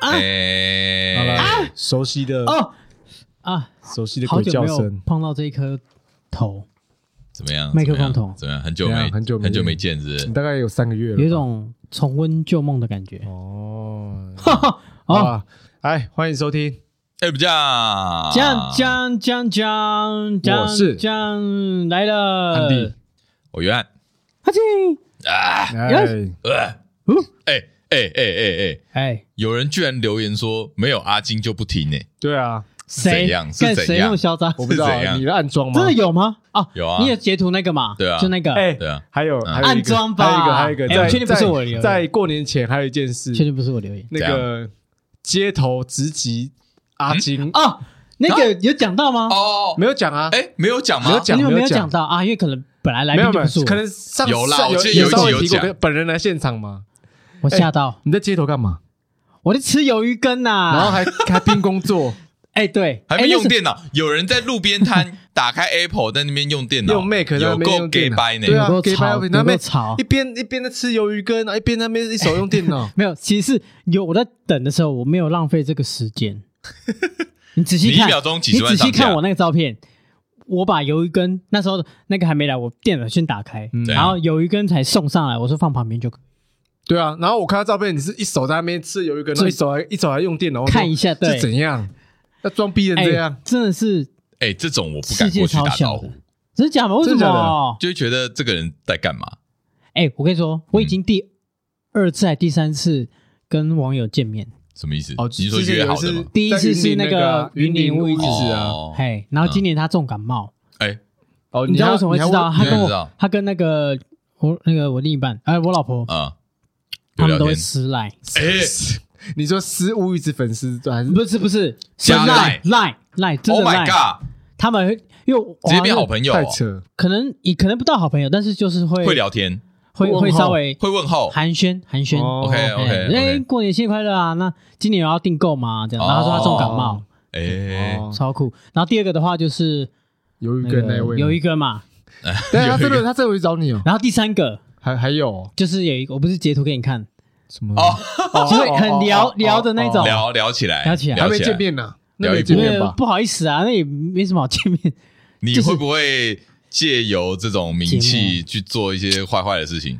哎哎熟悉的啊哦啊，熟悉的好鬼久叫没有声，碰到这一颗头，怎么样？麦克风怎么样筒怎么样？很久怎没样很久没很久没见，是不是你？大概有三个月了吧，有一种重温旧梦的感觉。哦。好 哦，啊，哎，欢迎收听，哎，不加这样这，样这样这样这样我是这样来了，安迪，我约翰阿庆，啊，哎，呃嗯哎哎哎哎哎，哎，有人居然留言说没有阿金就不听呢，对啊，谁怎样是干怎谁样那么嚣张？我不知是怎道啊样你的暗装吗？真的有吗？啊，有啊你有截图那个嘛？对啊就那个，哎，对啊，还有嗯还有一暗个装吧还有一个，还有哎一我个，确定不在是我留在的在过年前还有一件确事，定不是我留言那个街头直击阿金，哦，那个有讲到吗？啊哦，没有讲啊，哎，没有讲吗？没有讲你有没没有有讲讲到啊？因为可能本来来没宾有就没不是有，我可，能上有啦上我记得有一集稍微有提过，讲跟本人来现场嘛，我哎吓到，你在街头干嘛？我在吃鱿鱼羹呐。然后还还拼工作，哎，对，还哎没那用是电脑，有人在路边摊 打开 Apple 在那边用电脑，用 Mac 在那有边够用 gay 电脑掰呢。对有啊够给吵，白有饼那够边吵，一。边一边在吃鱿鱼羹，然后啊一边在那边一手用电脑 没有，其实是有我在等的时候，我没有浪费这个 时间。你仔细你一看，秒钟几你十万仔上细看下我，那个照片，我把鱿鱼羹那时候那个还没来，我电脑先打开，嗯然后鱿鱼羹才送上来，我说放旁边就对啊。然后我看到照片，你是一手在那边吃鱿鱼羹，然后这一手还一手还用电脑，看一下，我说对是，怎样？要装逼成哎这样，真的是哎，这种我不世敢界过去超打招小呼的，，真的假的？为什真的假的么？就会觉得这个人在干嘛？哎、我跟你说，我已经第二次、还第三次跟网友见面。什么意思？哦你是说约好的吗？第一次是那个云云林林乌乌鱼鱼子子啊，哦嘿，然后今年他重感冒，哎，哦，你知道还为什么会你还知道？问他你还跟知道我，他跟那个我那个我另一半，哎、我老婆，啊，有他聊们都会天，私赖，哎 你说撕乌鱼子粉丝团还是不是不是，是加赖赖赖，真，Oh 的 my 赖。 god，他们会因为我直接变好友，朋友哦太，扯？可能也可能不到好朋友，但是就是会会聊天，会问会候稍微会问候。寒暄寒暄。哦 OK 哎 OK 哎 OK，，过年新年快乐啊！那今年有要订购吗？这样，然后他说他重感冒，哎，哦超酷。然后第二个的话就是鱿鱼那个羹那一位，有一个嘛， 对啊，他真有一的个他真的会找你哦，然后第三个还还有哦就是有一个，我不是截图给你看，什么哦，哦就是很哦聊哦聊的那哦种聊聊起来，聊起来还没见面呢，那没见因面为吧？不好意思啊，那也没什么好见面。你会不会借由这种名节气去做一些坏坏的事情？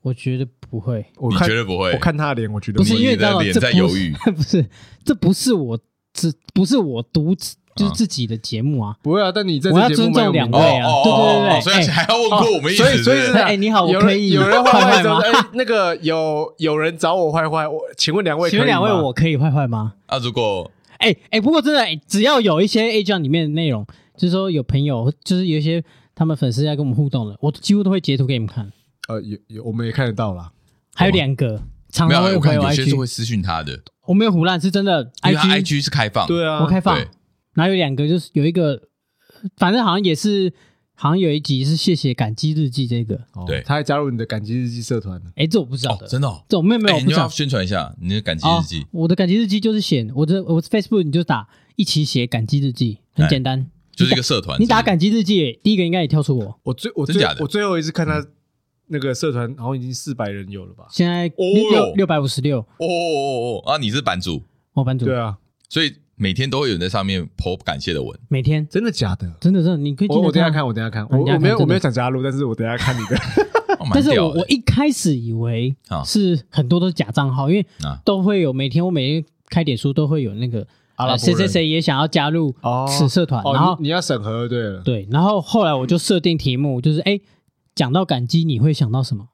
我觉得不会，我你看绝对不会。我看他的脸，我觉得不是没因为你知道吗你的脸这在不是犹豫 不是，这不是我自不是我独就是嗯自己的节目啊。不会啊，但你在我要这节目尊重蛮有名两的哦位对啊哦对对对对哦所以哎还要问过我们意思所以是不所以是，是这样哎你好我有可人以有人坏坏坏之后，吗哎，那个有有人找我坏坏，我请问两位可以请吗，问两位，我可以坏坏吗？啊，如果哎哎，不过真的，哎只要有一些 A 酱里面的内容，就是说有朋友，就是有一些他们粉丝在跟我们互动的，我几乎都会截图给你们看。呃有有我们也看得到啦，还有两个，常没有，啊常会我回看我有些是会 IG，私讯他的，我没有胡乱，是真的因为他 IG IG 是开放，哦对啊，我开放，对然后有两个就是有一个，反正好像也是，好像有一集是谢谢感激日记这个，哦对他还加入你的感激日记社团呢，哎，这我不知道哦的，，真的哦，这我没有没哎有我你不知要道。宣传一下你的感激啊日记，我的感激日记就是写我的我 Facebook 你就打一起写感激日记，很哎简单，就是一个社团，你打是不是感激日记，第一个应该也跳出我。我最我真最假的嗯我最后一次看他那个社团，好像已经四百人有了吧？现在哦六六百五十六，哦哦哦哦啊，你是版主，我嗯班主对啊，所以每天都会有人在上面 po 感谢的文，每天真的假的？真的真的，你可以我听我得等一下到。看，我等一下看，嗯我你等一下我没有看真的我没有想加入，但是我等一下看 你的，哦蛮但是屌我的我一开始以为啊是很多都是假账号，因为啊都会有每天我每天开点书都会有那个阿拉伯呃人谁谁谁也想要加入哦此社团，然哦后，你你要审核对了，对，然后后来我就设定题目就是哎，讲到感激你会想到什么？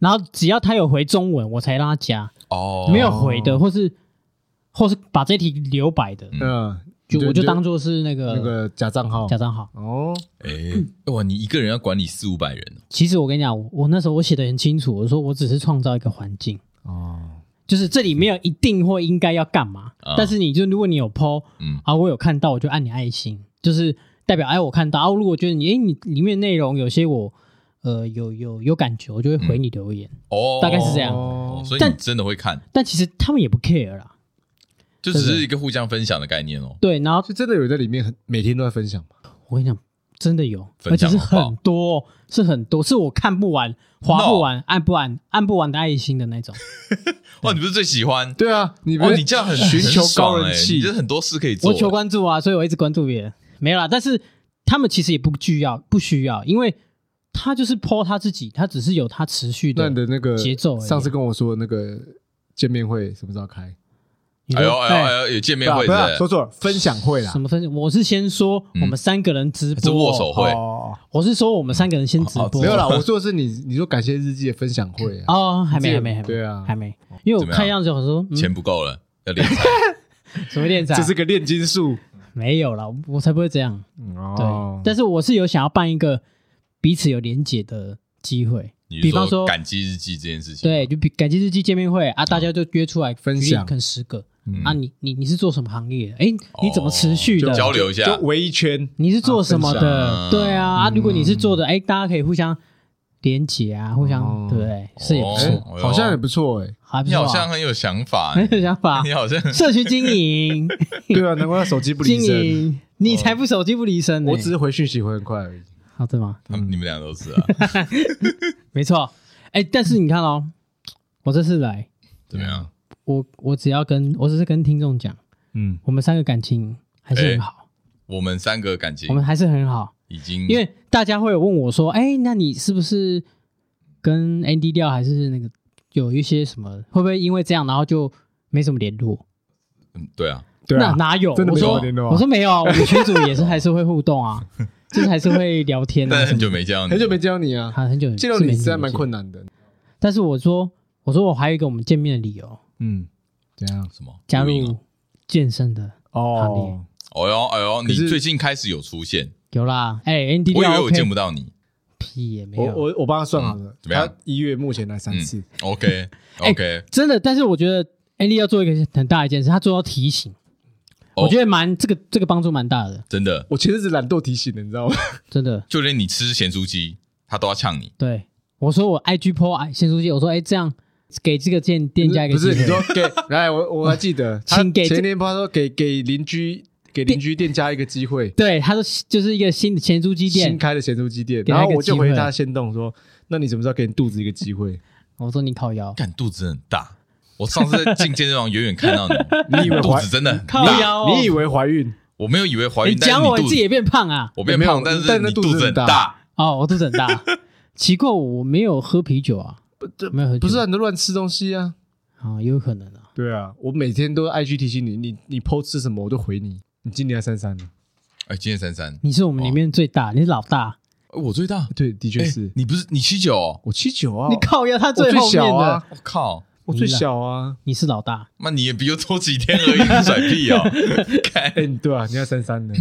然后只要他有回中文，我才让他加；哦，没有回的，或是或是把这题留白的，嗯嗯，就你我就当你做是那那个个假账号呃假账号。哦，哎、哇，你一个人要管理四五百人其实我跟你讲，我我那时候我写的很清楚，我说我只是创造一个环境，哦，就是这里没有一定或应该要干嘛，啊但是你就如果你有 PO 嗯啊，我有看到，我就按你爱心，就是代表哎我看到啊，如果觉得你哎你里面内容有些我呃有有有感觉，我就会回你留言，哦，大概是这样哦哦，所以你但真的会看，但其实他们也不 care 啦，就只是一个互相分享的概念哦。对，然后就真的有人在里面很每天都在分享嘛？我跟你讲，真的有，分而且享是到爆很多，哦是很多，是我看不完、划 No 不完、按不完、按不完的爱心的那种。哇，你不是最喜欢？对啊，你哦，不是你这样很寻求很爽高人欸气你这很多事可以做。我求关注啊，所以我一直关注别人。没有啦，但是他们其实也不需要，不需要，因为他就是 PO 他自己，他只是有他持续那的你的那个节奏而已上次跟我说的那个见面会什么时候开？你说哎呦哎呦哎哎呦，有见面会不是是不啊是说错了，分享会啦什。么分析？我是先说嗯我们三个人直还是播握手，会，哦，我是说我们三个人先直哦哦播，没有啦，我说的是你，你说感谢日记的分享会啊。哦，还这没还个没还没，对啊还没，因为我怎么样看样子我说嗯钱不够了，要敛财。什么练仔这是个炼金术没有啦，我才不会这样。哦对，但是我是有想要办一个彼此有连结的机会，你是比方说感激日记这件事情，对，，就比感激日记见面会啊，大家就约出来分举例享可能十个嗯啊，你你你是做什么行业的？哎，你怎么持续哦就的？交流一下就围一圈，你是做什么啊分的？享对啊，啊，嗯如果你是做的，哎，大家可以互相连结啊，互相哦对不对？是也不哎错，哦好像也不错哎。还不你错好啊，像很有想法， 欸很有想法你，好像社区 经营，对啊，难怪他手机不离经身。营，哦你才不手机不离身呢。我只是回讯息回很快而已。好对吗？他们你们俩都是啊，没错，哎，但是你看哦，我这次来，怎么样？我我只要跟我只是跟听众讲，嗯，我们三个感情还是很好，我们三个感情我们还是很好，已经因为大家会有问我说，哎，那你是不是跟 ND 调还是那个有一些什么？会不会因为这样，然后就没什么联络？嗯对啊，对那啊，哪有？真的我没什说么联络啊我说没有啊，我们群主也是还是会互 动啊，就是还是会聊天啊但什么的。是很久没见到你，很久没见到你啊，啊，很久见到你实在蛮难。困难的。但是我说，我说我还有一个我们见面的理由，嗯，怎样？什么加录音入健身的哦好，哦哟哎呦，你可是最近开始有出现，有啦。哎，ND 我以为调我见 OK，不到你。屁也没我有。嗯我我帮他算好了，怎么样嗯他一月目前来三次， OK 哎 OK，真的，但是我觉得 Andy 要做一个很大的一件事，他做到提醒，哦我觉得蛮这个这个帮助蛮大的，真的，我前阵子懒惰提醒的，你知道吗？真的。就连你吃咸酥鸡，他都要呛你。对，我说我 IG po 哎先书记，我说哎这样给这个店店家一个不机是会你说给来，我我还记得，他请给前天他说给给邻居给邻居店家一个机会，对，他说就是一个新的咸猪鸡新店，开的咸猪鸡店，给他然后一个我就机会回他先动说，那你什么时候给你肚子一个机会？我说你靠腰，干肚子很大，我上次在进健身房远远看到你， 你以为肚怀子真的很靠大，腰哦，你以为怀孕？我没有以为怀你孕，但是讲我你你肚自己子也变胖啊？我变没有胖，但是但那你肚子子很很大大，哦，我肚子 很大，奇怪，我没有喝啤酒啊，没有喝酒，不是很多乱吃东西啊？啊，有可能啊，对啊，我每天都 IG 提醒你，你你 PO 吃什么我都回你。你今年三三了，哎，今天三三，你是我们里面最哦大，你是老大，我最大，对，的确哎是你不是你七九哦，我七九啊，你靠腰，他我最后面小的，啊，我靠，我最小啊。你是老大，那你也比我多几天而已，你甩屁 哦！哎，你对啊，你要三三的，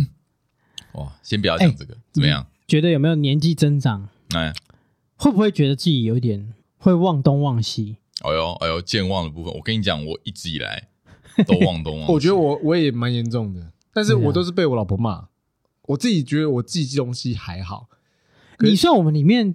哇，先不要讲哎这个，怎么样？觉得有没有年纪增长，嗯哎，会不会觉得自己有点会忘东忘西？哎呦哎呦，健忘的部分，我跟你讲，我一直以来都忘东忘西， 我觉得我我也蛮严重的，但是对啊我都是被我老婆骂。我自己觉得我记东西还好，可是你算我们里面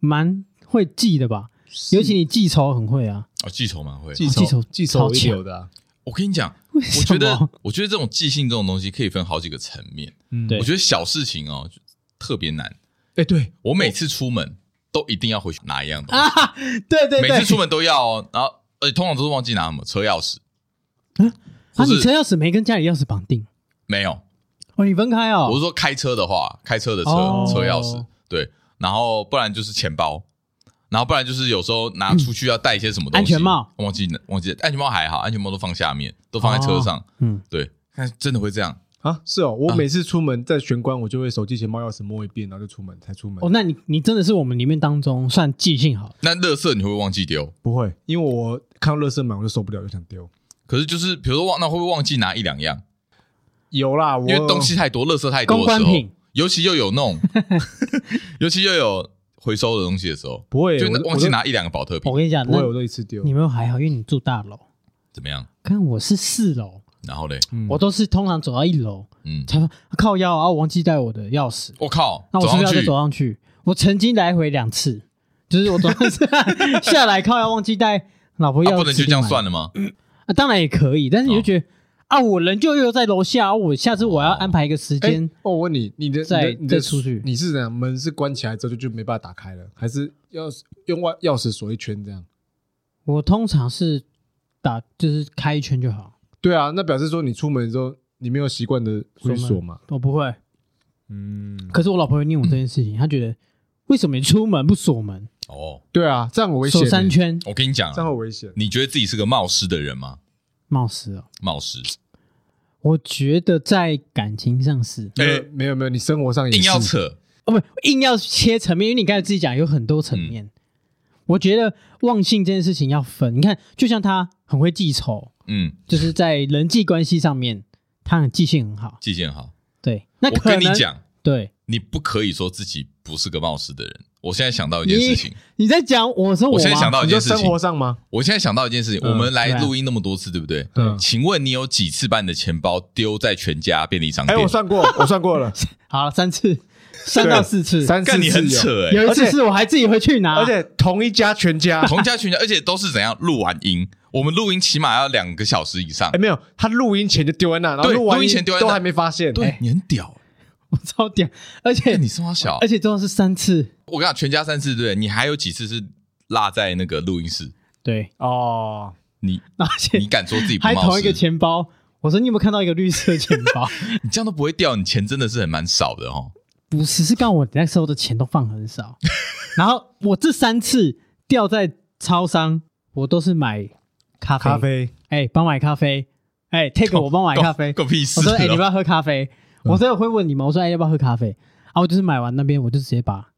蛮会记的吧？尤其你记仇很会啊，哦记仇蛮会，记记仇仇记仇超我一强流的啊，我跟你 讲，为我什觉得么？，我觉得这种记性这种东西可以分好几个层面。嗯对我觉得小事情哦，就特别难。哎对，我每次出门都一定要回去拿一样东西，啊，对对每对，次出门都要哦。然后，而且通常都是忘记拿什么车钥匙，啊，或是你车钥匙没跟家里钥匙绑定没有。哦，你分开哦，我是说开车的话，开车的车、哦车钥匙，对。然后不然就是钱包，然后不然就是有时候拿出去要带一些什么东西，嗯安全帽忘记忘记安全帽还好，安全帽都放下面，都放在车上。嗯，对，但是真的会这样。啊，是哦，我每次出门在玄关，我就会手机、钱包、钥匙摸一遍，然后就出门才出门哦，。那你你真的是我们里面当中算记性好的，那垃圾你会不会忘记丢？不会，因为我看到垃圾满我就受不了，就想丢。可是就是比如说忘，那会不会忘记拿一两样？有啦，我因为东西太多，垃圾哎太多的时公关候品，尤其又有那 种，尤其又有回收的东西的时候，不会，就我忘记，拿一两个保特瓶我，跟你讲，我都不那会，我都一次丢你。们还好，因为你住大楼，怎么样？看我是四楼，然后嘞，嗯我都是通常走到一楼嗯，才发靠腰啊，我忘记带我的钥匙，我靠，那我走是不是要上再去啊走上去？我曾经来回两次，就是我走上去 下来靠腰忘记带老婆啊钥匙，不能就这样算了吗？哦啊，当然也可以，但是你就觉得、啊，我人就又在楼下，啊我下次我要安排一个时哎间，哦，我问你，你的你再的你的再出去你是怎样？门是关起来之后就就没办法打开了，还是要用外钥匙锁一圈这样？我通常是打就是开一圈就好，对啊，那表示说你出门之后你没有习惯的会锁嘛？我哦不会。嗯，可是我老婆会念我这件事 情，她觉得为什么你出门不锁门，哦，对啊，这样我危险、锁欸，三，圈，我跟你讲啊这，样我危险。你觉得自己是个冒失的人吗？冒失哦。冒失，我觉得在感情上是没哎有没有没有，你生活上也硬要是。扯，哦，不硬要切层面，因为你刚才自己讲有很多层嗯面。我觉得忘性这件事情要分，你看，就像他很会记仇，嗯，就是在人际关系上面，他很记性很好。记性好。对，那我可能跟你讲，对你不可以说自己不是个冒失的人。我现在想到一件事情，你在讲我说我我现在吗想到一你件说事生情活，上吗？我现在想到一件事情，嗯我们来对啊录音那么多次，对不对？嗯请问你有几次把你的钱包丢在全家便利商哎、店？我算过，我算过了，好三次，三到四次，三四干你很次有扯哎、有 一而次且是我还自己回去拿，而且同一家全家，哎、同家全家，而且都是怎样录完音？我们录音起码要两个小时以哎上。哎没有，他录音前就丢在那，然后对录完录音前丢在那都还没发现，对哎，你很 屌，我超屌，而且哎你这么小而，且真的是三次，我跟你讲，全家三次对不对，你还有几次是落在那个录音室？对，哦，你而你且敢说自己不还冒同一个失？钱包。我说你有没有看到一个绿色钱包？你这样都不会掉，你钱真的是很蛮少的哦。不是，是刚好我那时候的钱都放很少，然后我这三次掉在超商，我都是买咖啡，咖，啡，哎，帮买咖啡，哎，take 我帮买 咖啡，够屁事我说：“哎、你要不哦！要喝咖啡？”我真的会问你们，我说：“哎、要不要喝咖啡？”啊，我就是买完那边，我就直接把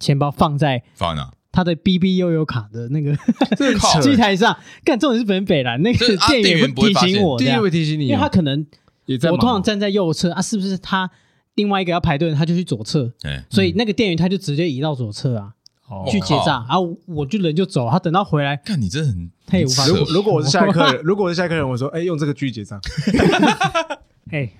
钱包放在放哪？他的 B B 悠悠卡的那个这个靠扯 机台上。干，重点是本北兰那哦就是个啊店店员不会会提发醒现我，这第一样会提醒你因为啊，他可能也在我忙哦通常站在右侧啊，是不是他另外一个要排队的，他就去左侧， 哎，所以那个店员他就直接移到左侧啊，哦嗯去结账啊，我我就人就走，他等到回来，看你真的很他也无法很如扯果如果我是下一 客人，如果我是下一客人，我说，哎、用这个去结账，哎、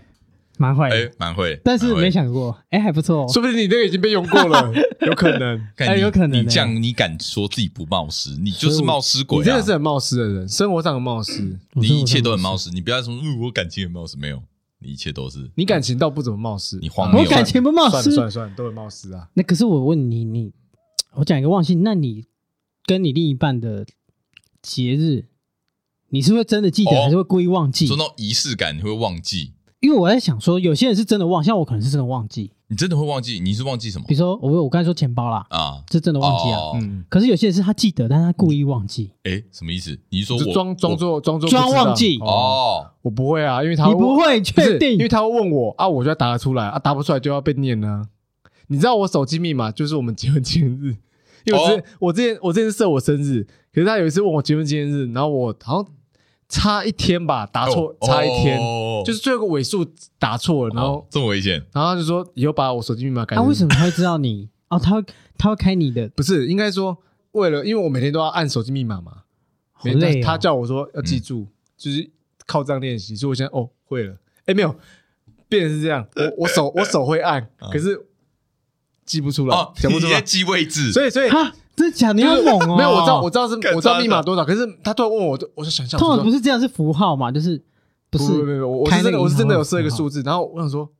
蛮坏的，哎，蛮会，但是蛮会没想过，哎、还不错、哦， 说不定你那个已经被用过 了，有可能。看哎你有可能你欸这样，你敢说自己不冒失，你就是冒失鬼啊！你真的是很冒失的人，生活上很冒失，我你说我一切都很真的冒失，你不要说，嗯，我感情很冒失，没有，你一切都是你感情倒不怎么冒失，啊你荒我谬。感情不冒算了失，算了算了，都很冒失啊。那可是我问你，你我讲一个忘性，那你跟你另一半的节日，你是会真的记得，哦还是会故意忘记说？那种仪式感，你会忘记，因为我在想说，有些人是真的忘，像我可能是真的忘记。你真的会忘记，你是忘记什么比如说，我我刚才说钱包啦，啊？是真的忘记啊。哦，嗯，可是有些人是他记得，但他故意忘记。哎，什么意思？你是说就我装装作哦装作装不知道忘记哦，哦，我不会啊，因为他你不会不是确定因为他会问我啊，我就要答得出来啊，答不出来就要被念呢、你知道我手机密码就是我们结婚纪念日，因为我之前、我之前我之前是设我生日，可是他有一次问我结婚纪念日，然后我好像差一天吧，答错、哦差一天，哦就是最后一个尾数答错了，然后、哦这么危险，然后他就说以后把我手机密码改他、成。啊为什么他会知道你？哦，他会他会开你的，不是，应该说为了，因为我每天都要按手机密码嘛，好每累、哦天他他叫我说要记住，就是靠这样练习，所以我现在哦会了，哎没有，变成是这样，我我手我手会按，可是记不出来哦，，讲不出你在来，记位置，所以所以。哈，真的假的？你就好是猛哦！没有，我知道，我知道是干我知道啥密码多少，可是他突然问我，我就我就想象，通常不是是这样，是符号嘛，就是不不不不是不，我我开是那真的个啊我是银真的行有设一个号数字，然后我想说，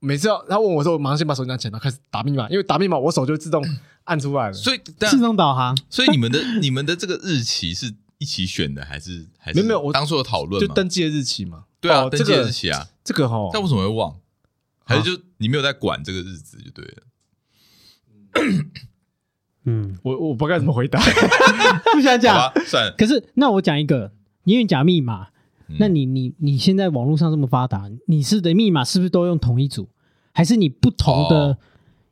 每次要他问我的时候，我马上先把手机拿起来，然后开始打密码，因为打密码我手就会自动按出来了。所以但自动导航。所以你们的你们的这个日期是一起选的，还是还是没有没有我当初有讨论就吗？登记的日期嘛。对啊，哦登记的日这个期啊，这个哈，但为什么会忘？还啊是就你没有在管这个日子就对了。嗯，我我不知道该怎么回答。不想讲。好吧，算了，可是，那我讲一个，因为讲密码，嗯那你你你现在网络上这么发达，你是的密码是不是都用同一组，还是你不同哦的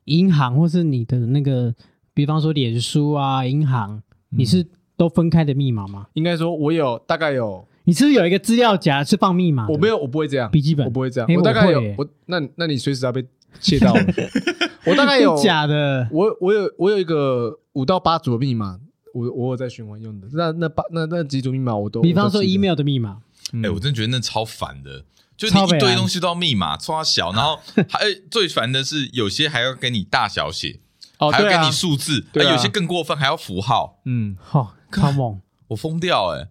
银行或是你的那个，比方说脸书啊银行，嗯你是都分开的密码吗？应该说，我有大概有，你是不是有一个资料夹是放密码的？我没有有，我不会这样，啊笔记本我不会这样诶，我大我概会有耶，我那那你随时要被窃 到了。我大概有，假的，我我有我有一个五到八组的密码，我我有在循环用的。那那八那那几组密码我都，比方说我都记得 email 的密码，嗯哎、我真的觉得那超烦的，就是超你北一堆蓝东西都要密码，冲它小，然后 还哎最烦的是有些还要跟你大小写，哦还对要跟啊你，数字，哎对啊有些更过分还要符号，嗯，哦，超猛！我疯掉哎、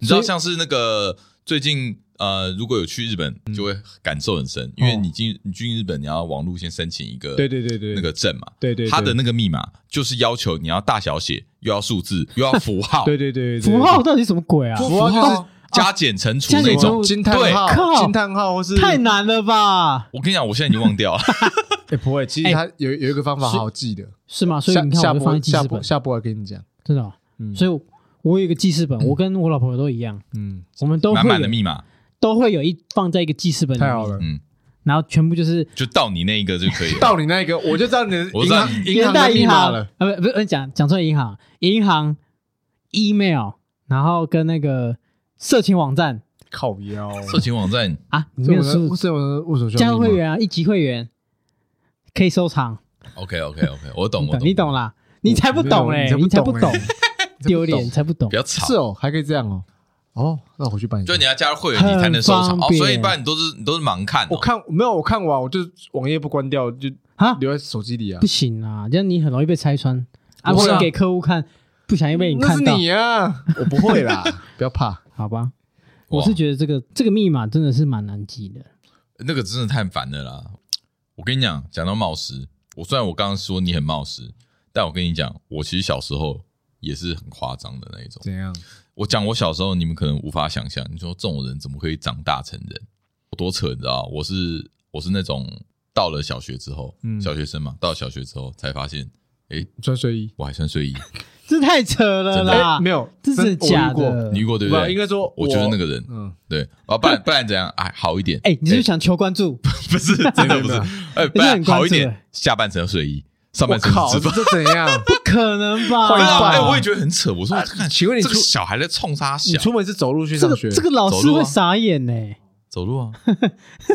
你知道所以像是那个最近呃，如果有去日本，嗯就会感受很深，因为你进你进日本，你要网络先申请一个哦对对对对，那个证嘛，对对对它的那个密码就是要求你要大小写，又要数字，又要符号， 对对对对对符号到底什么鬼啊？符号号加减乘除加减那乘种除。惊叹号、对惊叹号或是太难了吧？我跟你讲，我现在已经忘掉了。哎不会，其实它有有一个方法好记的，是吗？所以下你下看，我就放在播记下事本播，下播来跟你讲，真的哦、嗯所以我我有一个记事本，我跟我老婆都一样，嗯，我们 都会满满的有密码，都会有一放在一个记事本里太好面，了，嗯，然后全部就是就到你那一个就可 以了。到你那个我就知道你的我银知道行你银行大的密银码行了，啊，不不呃，讲讲错了银行，银行、email，然后跟那个色情网站靠腰，色情网站啊，里所以我面有的输为什么为什么需加要入密码会员啊，一级会员可以收藏， ，OK OK OK，我懂我你懂啦，你才不懂嘞，你你才才不不懂懂欸，丢脸，才不懂哎不，要吵是。 哦，还可以这样哦，哦，那我回去办一下就你。要加入会员，你才能收藏很哦方。所以便不然你都是你都是盲看哦。我看没有，我看完我就网页不关掉，就啊留在手机里啊不。行啊，这样你很容易被拆穿啊，不或是啊者给客户看，不小心被你那看是到，你啊，我不会啦， 不要怕。好吧？哇我是觉得这个这个密码真的是蛮难记的，那个真的太烦了啦！我跟你讲，讲到冒失，我虽然我刚刚说你很冒失，但我跟你讲，我其实小时候也是很夸张的那一种。怎样？我讲我小时候，你们可能无法想象，你说这种人怎么可以长大成人？多扯，你知道吗？我是我是那种到了小学之后，嗯小学生嘛，到了小学之后才发现，诶，穿睡衣？我还穿 睡衣，这太扯了真的啦，哎没有，啊这真是假我遇过的你。遇过对不不对？应该说我觉得那个人嗯，对，啊，不 然不然怎样？哎，好一点，哎，你是不是想求关注？不是 真的不是没有没有，哎，不你是然很关好一注点欸，下半身睡衣，上我半身靠，是直发。这这怎样？ 不可能吧？换一对啊，半哎、啊我也觉得很扯。我说，啊看，请问你这个出小孩在冲他你小，出门是走路去这上个学？这个老走师路啊会傻眼呢、走路 啊，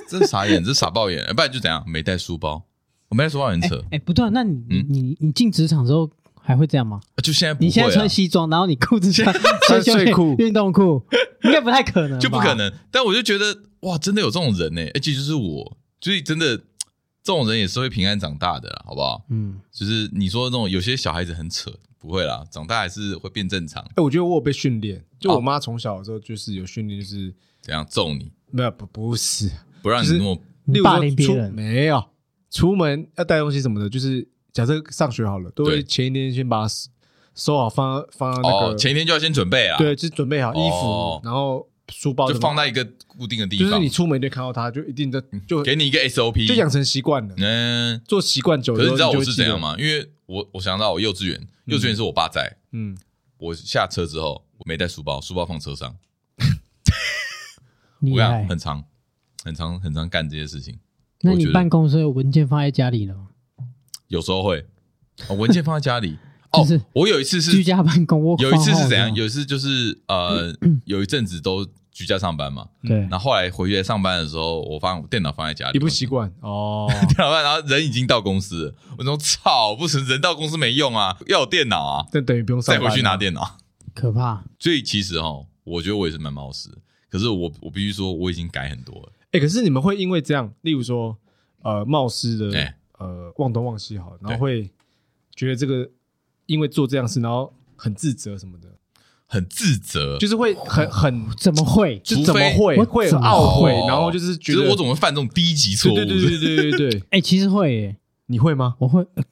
真傻眼，这傻爆眼。哎不然就怎样，没带书包，我没带书包很扯。哎、不对、啊，那你、嗯你你进职场之后还会这样吗？就现在不你现在会、啊穿，西装，然后你裤子穿穿休闲睡裤运动裤，应该不太可能吧，就不可能。但我就觉得，哇，真的有这种人呢、欸而且就是我，就是真的，这种人也是会平安长大的啦，好不好？嗯。就是你说的那种，有些小孩子很扯，不会啦，长大还是会变正常。哎，我觉得我有被训练，就哦我妈从小的时候就是有训练，就是怎样揍你，没有不不是，不让你就是那么你例如霸说凌别出人，没有出门要带东西什么的，就是假设上学好了，都对会前一天先把它收好，放到放到那哦，个前一天就要先准备啊，对，，就准备好衣哦服，然后书包就什么放在一个固定的地就方，嗯是你出门就看到它，就一定的就给你一个 SOP，就养成习惯了，嗯。做习惯久了，可是你知道我就会是记怎得样？吗？因为我我想到我幼稚园，幼稚园是我爸在，嗯，我下车之后我没带书包，书包放车上，我跟你厉讲害。很长很长很长干这些事情，那我觉你得办公室有文件放在家里了吗？有时候会、哦文件放在家里。哦 就是，我有一次是居家办公，我有一次是怎样？放有一次就是 呃，有一阵子都居家上班嘛，对，然后后来回去上班的时候，我放电脑放在家里，你不习惯嗯哦，电脑放在，然后人已经到公司了， 我说操，不成，人到公司没用啊，要有电脑啊，但等于不用上再班了回去拿电脑。可怕。所以其实哈，我觉得我也是蛮冒失的，可是我我必须说我已经改很多了。哎、可是你们会因为这样，例如说，呃，冒失的，哎呃，忘东忘西好了，然对后会觉得这个因为做这样事，然后很自责什么的，很自责，就是会很很怎么会？就哦除怎么非会我会怎么懊悔哦，然后就是觉得我怎么会犯这种低级错误？对对对对 对对对，哎、其实会、耶，你会吗？我会，呃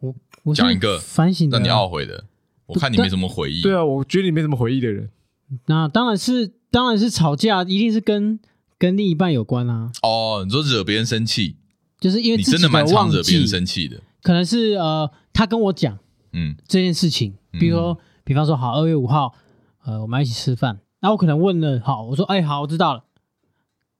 我我是讲一个反省的让啊，你懊悔的，我看你没什么回忆。对啊，我觉得你没什么回忆的人，那当然是当然是吵架，一定是跟跟另一半有关啊，哦，你说惹别人生气，就是哎因为你自真己蛮常忘惹别记人，生气的。可能是呃，他跟我讲嗯，这件事情，比如说，比方说，好，二月五号，呃，我们要一起吃饭，那我可能问了，好，我说，哎、好，我知道了。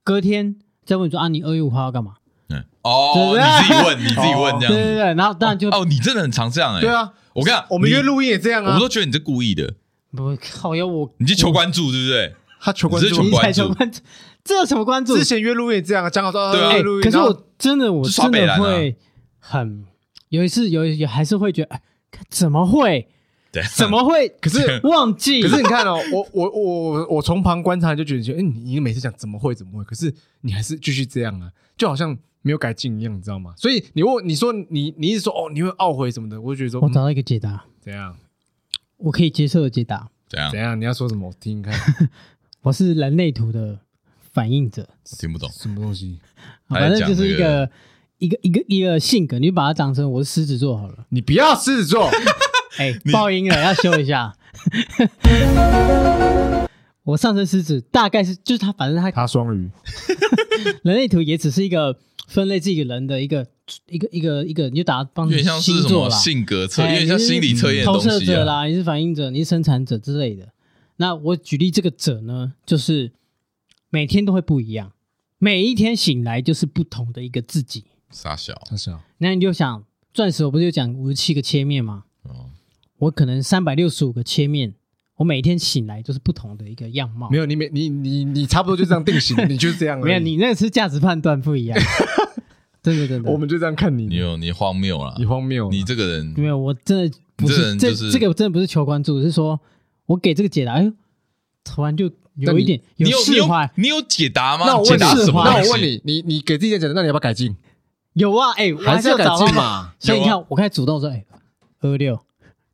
隔天再问你说啊，你二月五号要干嘛？嗯，对哦，对你自己问，你自己哦问这对对样子。对，然后当然就、哦，你真的很常这样哎。对，啊，我跟你讲，我们你约，录音也这样我啊们，都觉得你是故意的，不靠要我，你去求关注，对不对？他求关你是求注你关。才求关注， 这有什么关注？之前约录音也这样啊，讲好说对啊呃哎、录音，可是然后我真的，我就耍真北的兰啊会很有一次有一还是会觉得，哎，怎么会对，怎么会？可是忘记？可是你看哦，我我我我我从旁观察就觉得，哎、你你每次讲怎么会怎么会，可是你还是继续这样啊，就好像没有改进一样，你知道吗？所以你问你说你你一直说哦你会懊悔什么的，我就觉得说、我嗯找到一个解答，怎样我可以接受的解答。 怎样怎？样，你要说什么我听听看，我是人类图的反应者，我听不懂。什么东西？他在反正讲就是这一个一个一个一个性格，你就把它当成我是狮子座好了。你不要狮子 座，哎、爆音了，要修一下。 我上升狮子，大概是就是他，反正他他双鱼，人类图也只是一个分类自己人的一个一个一个一个，你就打帮有点像是星什座么啦，性格测，有哎点像心理测验的投东射西者啊。啦，你是反应者，你是生产者之类的。那我举例这个者呢，就是每天都会不一样，每一天醒来就是不同的一个自己。傻小，他是啊，那你就想，钻石我不是有讲五十七个切面吗？哦，我可能三百六十五个切面，我每天醒来就是不同的一个样貌。没有你每你你你差不多就这样定型，你就是这样而已，没有，你那是价值判断不一样。真的真的，我们就这样看你，你有你荒谬啦你，荒谬，你这个人没有，我真的不你这是人这就是这个真的不是求关注，是说我给这个解答，哎呦，突然就有一点你有你释有怀，你有解答吗？那我解问你答什么？那我问，你，你你给自己点讲，那你要不要改进？有啊，哎，我还是要有改找到进嘛。嘛？所以你有啊看，我开始主动说，哎，二六，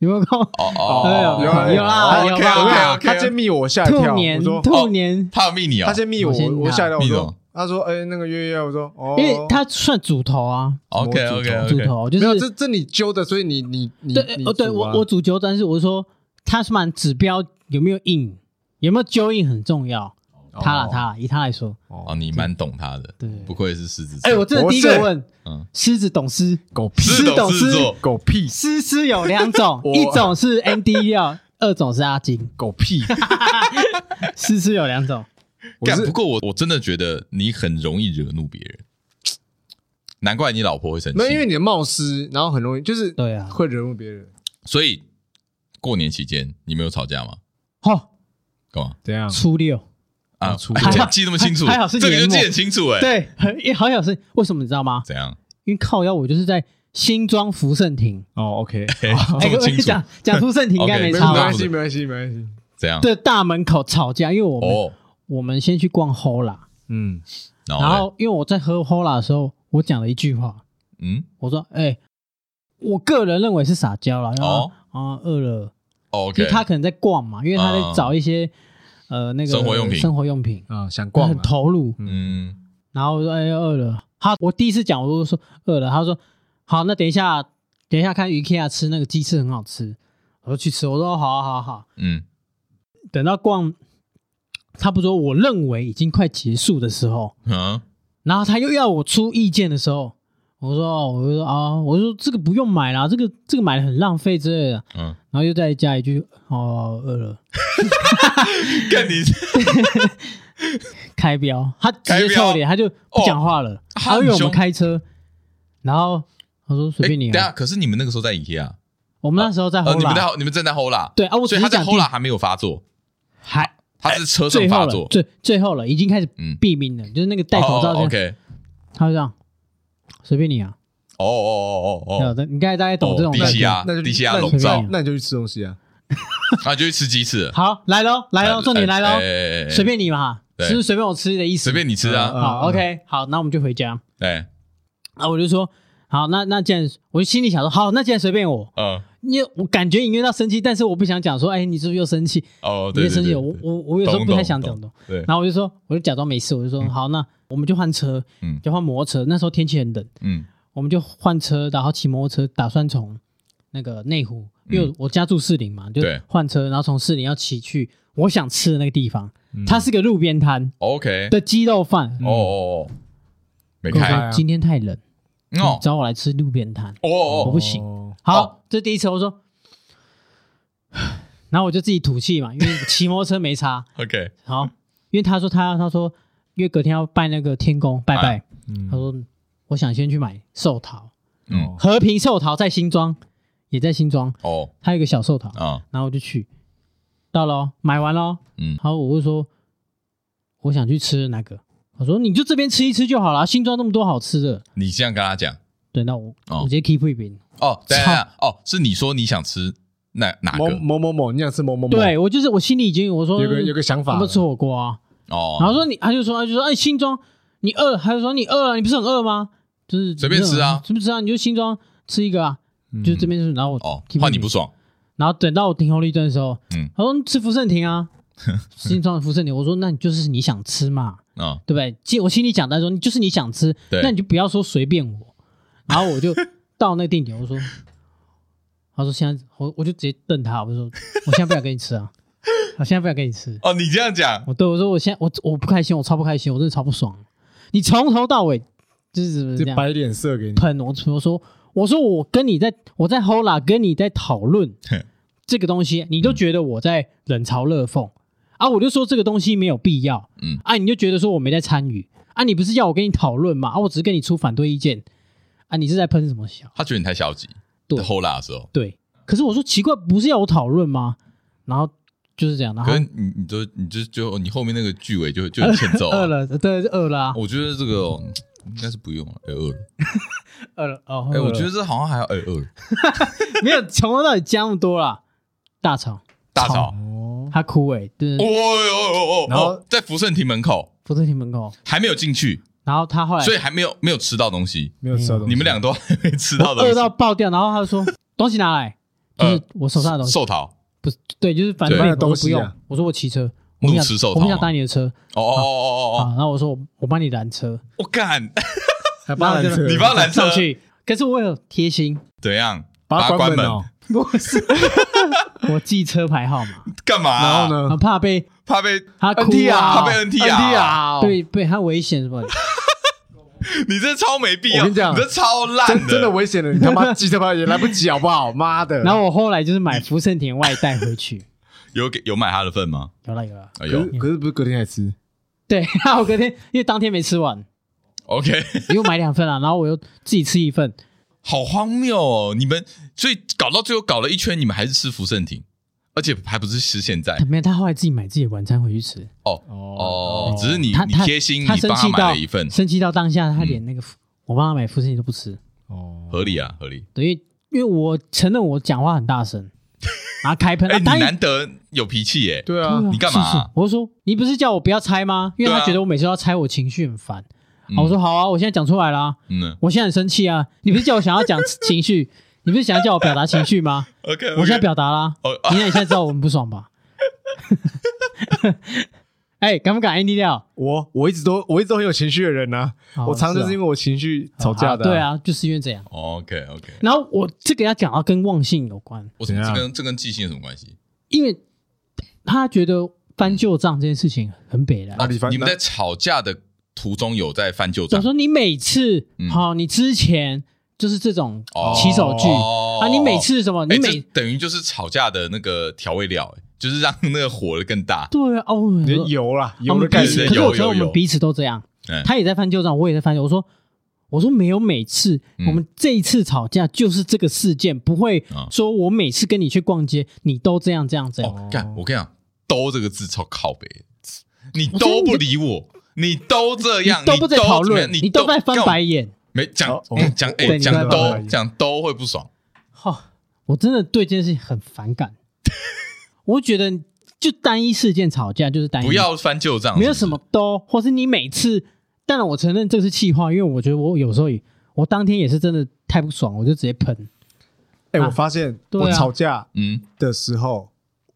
有没有看我？哦哦，有有啊啊有啦有啦我跟你讲 OK，OK，OK 他先密我，我吓一兔跳，年我说兔年，他有密你啊他？先密我我，先我吓一跳，我密什说么他说哎那个月月，我说哦，因为他算主头啊， OK OK 主 OK，头就没有是这这你揪的，所以你你你对你哦，对煮啊我我主揪，但是我说他是蛮指标有没有硬，有没有揪硬很重要。他啦哦他啦，以他来说，哦，你蛮懂他的对，不愧是狮子座。哎，我真的我第一个是问嗯，狮子懂狮，狗屁是懂懂狮狮子座，狗屁，狮狮有两种我一种是 ND 料，二种是阿金。 狗屁，狮狮有两种，我干，不是过我我真的觉得你很容易惹怒别人，难怪你老婆会生气。 没有因为你的冒失，然后很容易就是对啊会惹怒别人，所以过年期间你没有吵架吗？吼，干嘛怎样？初六，啊？啊出记记那么清楚，还好还好是这个就年末记很清楚哎。，对，很也好像是为什么你知道吗？怎样？因为靠腰，我就是在新庄福盛庭。哦，OK，哎，这么我清楚？讲讲福盛庭应 该 OK，没没差没吧关？系，没关系，没关系，怎样？对，大门口吵架，因为我们哦，我们先去逛 HOLA，嗯，然然后嘞后因为我在喝 HOLA 的时候，我讲了一句话，嗯，我说：“哎，我个人认为是撒娇啦，然后哦啊饿了。”哦就 OK，啊是他可能在逛嘛，因为他在找一些、呃那个生活用品生活用品，啊，想逛很啊投入。嗯，然后我说：“哎，饿了。”他我第一次讲，我就说饿了。他说：“好，那等一下，等一下看 IKEA 吃那个鸡翅很好吃。”我说去吃，我说哦好啊好啊好啊。嗯等到逛差不多我认为已经快结束的时候，嗯，然后他又要我出意见的时候，我说哦我就说啊，我就说这个不用买啦，这个这个买的很浪费之类的。 嗯，然后又再加一句哦饿了。干 你，开标，他直接开标臭脸，他就不讲话了。他他很因为我们凶开车，然后他说随哎便你等下，啊。可是你们那个时候在 IKEA，我们那时候在呃，后你们在拉，你们正在 Hola，对啊我所只是以他在讲 Hola 还没有发作，还他是车上最后发了，作，最最后了，已经开始嗯，毙命了，就是那个戴口罩哦哦这样， ，OK，他就这样随便你啊。哦哦哦对哦哦，你大概大概懂这种哦感低气觉。压那就地下那就笼罩那你就去吃东西啊，那就去吃鸡翅了，好，来喽，来哎喽，重点来喽，喽随便你嘛，对是不是随便我吃的意思？哎随便你吃啊，嗯好嗯，OK，好，那我们就回家。哎，啊，我就说好，那那既然我就心里想说，好，那既然随便我，嗯，因为我感觉隐约到生气，但是我不想讲说，哎，你是不是又生气？哦，你对也对生气，对，我对我我有时候懂不太懂想懂讲的。对，然后我就说，我就假装没事，我就说、好，那我们就换车，嗯就换摩托车。那时候天气很冷，嗯我们就换车，然后骑摩托车，打算从那个内湖，因为我家住士林嘛，就嗯对换车，然后从士林要骑去我想吃的那个地方。嗯它是个路边摊，OK，的鸡肉饭，哦哦哦，没跟我开开啊说今天太冷，哦找我来吃路边摊。哦嗯我哦，不行哦好，这第一次我说， 然后我就自己吐气嘛，因为骑摩托车没差。 OK，好，因为他说他他说，因为隔天要拜那个天公拜拜，嗯他，说我想先去买寿桃，嗯，和平寿桃在新庄，也在新庄，哦他有一个小寿桃，啊，然后我就去，到喽，买完喽，嗯然后我就说我想去吃哪个，他说你就这边吃一吃就好了，新庄那么多好吃的，你这样跟他讲，对，那我、哦我直接 keep 一边，哦，对啊，哦，是你说你想吃哪哪哦某个？某某某，你想吃某某某，对我就是我心里已经我说有个有个想我法们了，吃火锅啊，哦，然后说你，他就说，他就说，哎，新庄，你饿了，他就说你饿了，你不是很饿吗？就是随便吃啊是不是啊？你就新庄吃一个啊，就是这边就是，然后我哦听，换你不爽，然后等到我停红绿灯的时候，嗯 他说吃福盛庭啊，新庄的福盛庭，我说那你就是你想吃嘛，啊，对不对？其实我心里讲，他说就是你想吃，对那你就不要说随便我。然后 我就到那个定点，我说，他说现在我我就直接瞪他，我就说我现在不想跟你吃啊，我现在不想跟你吃。哦，你这样讲，我对我说我现在我我不开心，我超不开心，我真的超不爽。你从头到尾就是怎么这就样摆脸色给你。喷我，我说我说我跟你在我在 Hola 跟你在讨论这个东西，你都嗯觉得我在冷嘲热讽啊，我就说这个东西没有必要，嗯啊，你就觉得说我没在参与啊，你不是要我跟你讨论吗？啊，我只是跟你出反对意见啊，你是在喷什么笑？他觉得你太消极。对后拉的时候，对，可是我说奇怪，不是要我讨论吗？然后就是这样，然啊后可是你你都你就就你后面那个句尾就就很欠 揍、饿啊。了，对，饿了啊， 我觉得这个、哦、应该是不用了，哎、饿了。饿了哦，哎、饿了我觉得这好像还要哎、饿了。 没有从头到尾加那么多啦，大吵，大嫂，哦，他哭哎，对哦，哦哦哦然后哎哦，在福盛亭门口福特亭门口，还没有进去，然后他后来所以还没有没有吃到东西。没有吃到东西。你们俩都还没吃到东饿西，到爆掉，然后他 就说东西拿来，就是呃我手上的东西，寿桃。不是对，就是反正对我说不那东用西啊，我说我骑车，我们怒想斥手我们套想吗搭你的车哦哦哦哦啊，哦，然后我说我我帮你拦车，啊我干，还帮他拦车，你帮他拦车上去，可是我有贴心，怎样？把把他它关关门门哦。我是 我记车牌号码，干嘛啊？然后呢很？怕被怕被他哭 NTR 啊，怕被 NT NTR 啊！哦被被他危险什么的，你这超没必我要，跟你讲这超烂真真的危险了，你他妈骑车牌也来不及，好不好？妈的！然后我后来就是买福盛田外带回去，有给有买他的份吗？有了有了，哎可呦是可是不是隔天还吃？对，然后我隔天因为当天没吃完， ，OK， 又买两份啊，然后我又自己吃一份，好荒谬哦！你们所以搞到最后搞了一圈，你们还是吃福盛亭，而且还不是吃现在没有，他后来自己买自己的晚餐回去吃。哦，只是你他你他贴心，你他生帮他气买到了一份，嗯生气到当下，他连那个福我帮他买副食品都不吃，哦，合理啊，合理。对，因为因为我承认我讲话很大声，然后开 喷，哎，啊你他也难得有脾气耶，对啊对，啊你干嘛啊是是我就说你不是叫我不要猜吗？因为对啊他觉得我每次都要猜，我情绪很烦。嗯啊我说好啊，我现在讲出来啦，嗯我现在很生气啊，你不是叫我想要讲 情绪，你不是想要叫我表达情绪吗？ ，OK，我现在表达啦，哦，你看你现在知道我很不爽 吧？哎，敢不敢 Andy 料？我我一直都我一直都很有情绪的人啊呐，哦我常常就是是哦因为我情绪吵架的。对，啊，就是因为这样。 OK OK，然后我这个要讲到跟忘性有关，我怎么怎这样跟这跟记性有什么关系？因为他觉得翻旧账这件事情很北啊了。你反你们在吵架的途中有在翻旧账我？说你每次嗯好、你之前就是这种哦起手句、哦啊，你每次什么，哎你每、这等于就是吵架的那个调味料、哎就是让那个火得更大。对啊，哦，你我油啦，我油的们感彼对对觉此，可。是有我觉得我有们有彼此都这样，嗯他也在翻旧账，我也在翻旧，我说。我说没有，每次、嗯我们这一次吵架就是这个事件，不会啊说我每次跟你去逛街，你都这样这样这样。哦，干！我跟你讲，兜这个字超靠北，你都不理我，你都这样，你都不在讨怎么样论，你都在翻白干眼。我没讲哦嗯讲哎对你都在讲翻白兜眼讲兜会不爽，哈、我真的对这件事情很反感。我觉得就单一事件吵架就是单一，不要翻旧账，哎没有是什不么都，或是你每次。当然，我承认这是气话，因为我觉得我有时候也，我当天也是真的太不爽，我就直接喷。哎，啊我发现对啊我吵架是，嗯，的时候，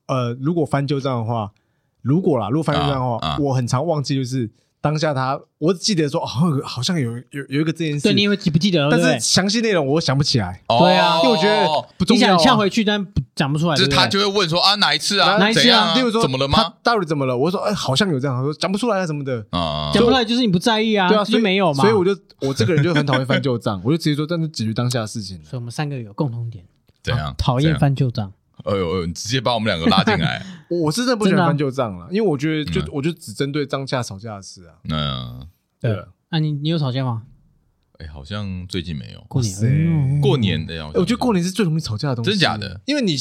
呃，如果翻旧账的话，如果啦，如果翻旧账的话，啊啊我很常忘记，就是当下他，我只记得说，哦，好像有有有一个这件事对，你以为记不记得？但对是不详细内容我想不起来，哦对啊因为我觉得不重对你要、啊。想呛回去，但不讲不出来。就是对不他对就会问说啊哪一次啊，哪一次啊怎样啊例如说怎么了吗？？他到底怎么了？我说，哎，好像有这样，他说讲不出来啊什么的。啊，讲不出来，就是你不在意啊，对啊，所这就以没有嘛。所以我就我这个人就很讨厌翻旧账，我就直接说，但是解决当下的事情。所以我们三个有共同点，怎啊样？啊讨怎厌样？翻旧账。哎呦哎呦，你直接把我们两个拉进 来，我我是真的不喜欢真的啊翻旧账了，因为我觉得就嗯我就只针对当下吵架的事啊。嗯，对对啊，那你你有吵架吗？哎，好像最近没有过哇塞年，嗯过年的呀，哎我觉得过年年是最容易吵架的东西，真假的？因为你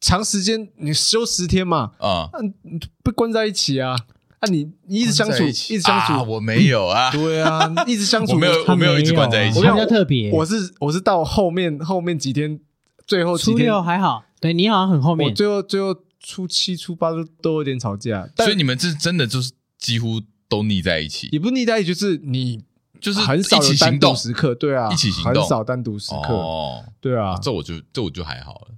长时间你休十天嘛，啊。啊，你被关在一起啊，啊，你你一直相关处，在一起直相啊处，我没有 啊，对啊，一直相处，我没有他我没有一直关在一起我我比较想特别。我是我是到后面后面几天，最后几初天，六还好，对你好像很后我面。最后最后初七初八都都有点吵架，但所以你们是真的就是几乎都腻在一起，也不腻在一起，就是你就是很少一起有行单动独时刻，对啊，一起行很动少单独时刻，哦。对啊，这我就这我就还好了，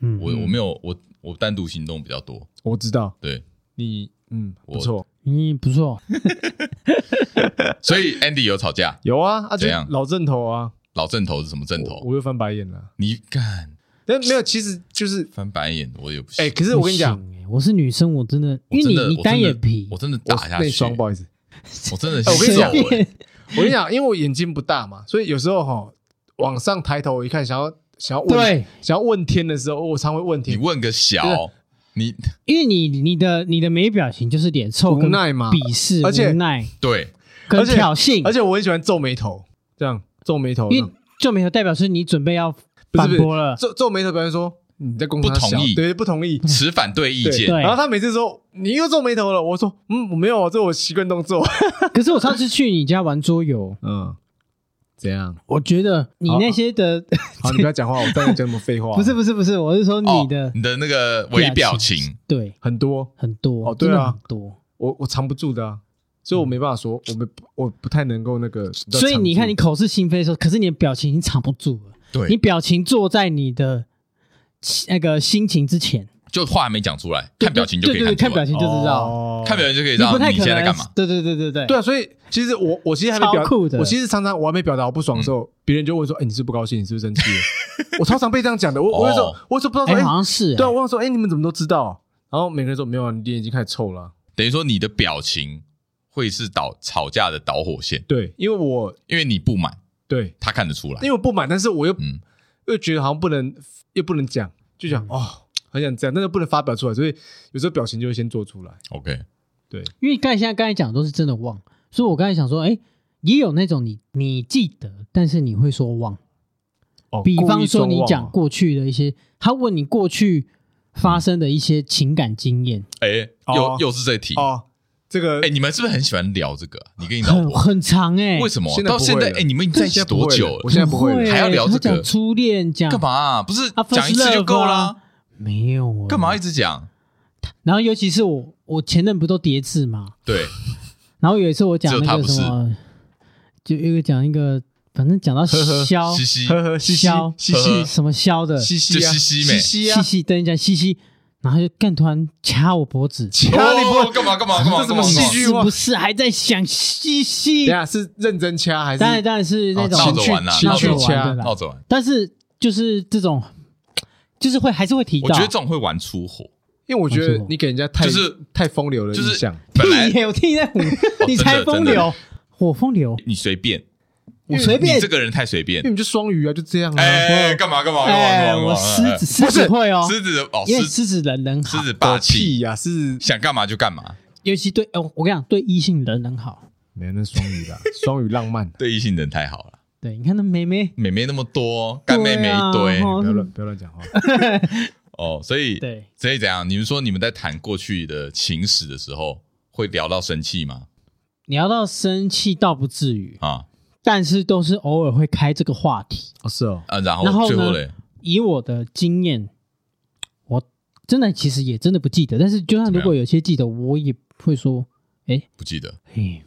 嗯我我没有我我单独行动比较多，我知道对你，嗯，我不错，嗯，不错，所以 Andy 有吵架，有啊，啊，就怎样老正头啊，老正头是什么正我头？我又翻白眼了。你干但没有，其实就是翻白眼，我也不行。哎，可是我跟你讲不，行欸，我是女生，我真的，因为我真的你你单眼皮我，真的我我真的打下去，内双不好意思，我真的哎我跟你讲受 欸我跟你讲，因为我眼睛不大嘛，所以有时候哈往上抬头一看，想要想要问对，想要问天的时候，我常会问你天，问个小，你因为你你的你的眉表情就是脸臭无跟奈嘛，鄙视、而且无奈对跟而且挑衅，而且我很喜欢皱眉头，这样皱眉头，因为皱眉头代表是你准备要反驳了，皱皱眉头，表示说你在公司不同意对，不同意。持反对意见，对然后他每次说你又皱眉头了，我说嗯，我没有，这是我习惯动作。可是我上次去你家玩桌游，嗯，怎样？我觉得你那些的 好，你不要讲话，我再讲什么废话。不是不是不是，我是说哦你的你的那个微表情，对很多，很多哦对啊真的很多，我我藏不住的啊，所以我没办法说，我没我不太能够那个。所以你看你口是心非的时候，可是你的表情已经藏不住了，你对，表情坐在你的那个心情之前，就话还没讲出来，对看表情就可对以对对，看出表来，情就知道，哦看表情就可以你知道不太你可现在在能干嘛。对对对对对对啊，所以其实我我其实还没表超酷的我其实常常我还没表达我不爽的嗯时候，别人就问说：“哎、你是不高兴？你是不是生气了？” 我超常被这样讲的。我我有时候哦我有时候不知道说，哎，哎、好像是欸对啊，我忘了说，哎、你们怎么都知道？然后每个人说没有啊，你脸已经开始臭了啊、等于说你的表情会是导吵架的导火线，对，因为我因为你不满，对，他看得出来因。为我不满，但是我又、嗯，又觉得好像不能，又不能讲，就讲、哦，很想这样，但是不能发表出来，所以有时候表情就会先做出来。 OK，对，因为刚才现在刚才讲的都是真的忘，所以我刚才想说，哎，也有那种你你记得，但是你会说忘。哦，比故方意说你装讲忘过去的一些，他问你过去发生的一些情感经验，哎，哦又又是这题。哦，这个哎，你们是不是很喜欢聊这个啊？你跟你老很婆很长哎、为什么现在到不会现在？了哎，你们在一起现在不多会久了了？我现在不会会了欸还要聊这个他讲初恋，讲干？嘛啊？不是啊，first 讲一次就够 love 啦啊？没有欸干嘛一？直讲？然后尤其是我，我前任不都叠字嘛？对，然后有一次我讲只有那他个不是什么，就一个讲一个，反正讲到呵呵消嘻哦嘻，呵呵嘻嘻消嘻嘻什么消的，嘻嘻啊就嘻嘻妹嘻嘻啊，嘻，等你讲嘻嘻，然后他就干突然掐我脖子，掐你哦不干嘛干嘛干嘛？这什干么嘛戏剧是化不是还在想嘻嘻等？下是认真掐还是？当然当然是那种哦闹着情玩啦趣情闹趣着玩掐的，啦闹着玩。但是就是这种，就是会还是会提我到。觉得这种会玩出火，因为我觉没得错你给人家太就是太风流了就印是象，本来哦屁耶我 听你在唬你才风真的流，我风流，你随便，我随你便这。个人太随便因为。你就双鱼啊，就这样啊。哎，干嘛干嘛干嘛哎，干嘛干嘛？我狮子，哎狮不子是会哦，狮子的哦，因为狮子狮子人人好狮，子狗霸气，屁呀，啊是想干嘛就干嘛，尤其对哦，我跟你讲，对异性人人好。没有那双鱼啦，双鱼浪 漫，对异性人太好了。对，你看那妹妹，妹妹那么多，干妹妹一堆对啊不要哦乱不要乱讲话。哦，所以对，所以怎样？你们说你们在谈过去的情史的时候，会聊到生气吗？你要到生气倒不至于，啊但是都是偶尔会开这个话题。哦，是哦，啊，然后然后呢最后嘞，以我的经验，我真的其实也真的不记得，但是就算怎么如样果有些记得，我也会说，不记得，嘿，哎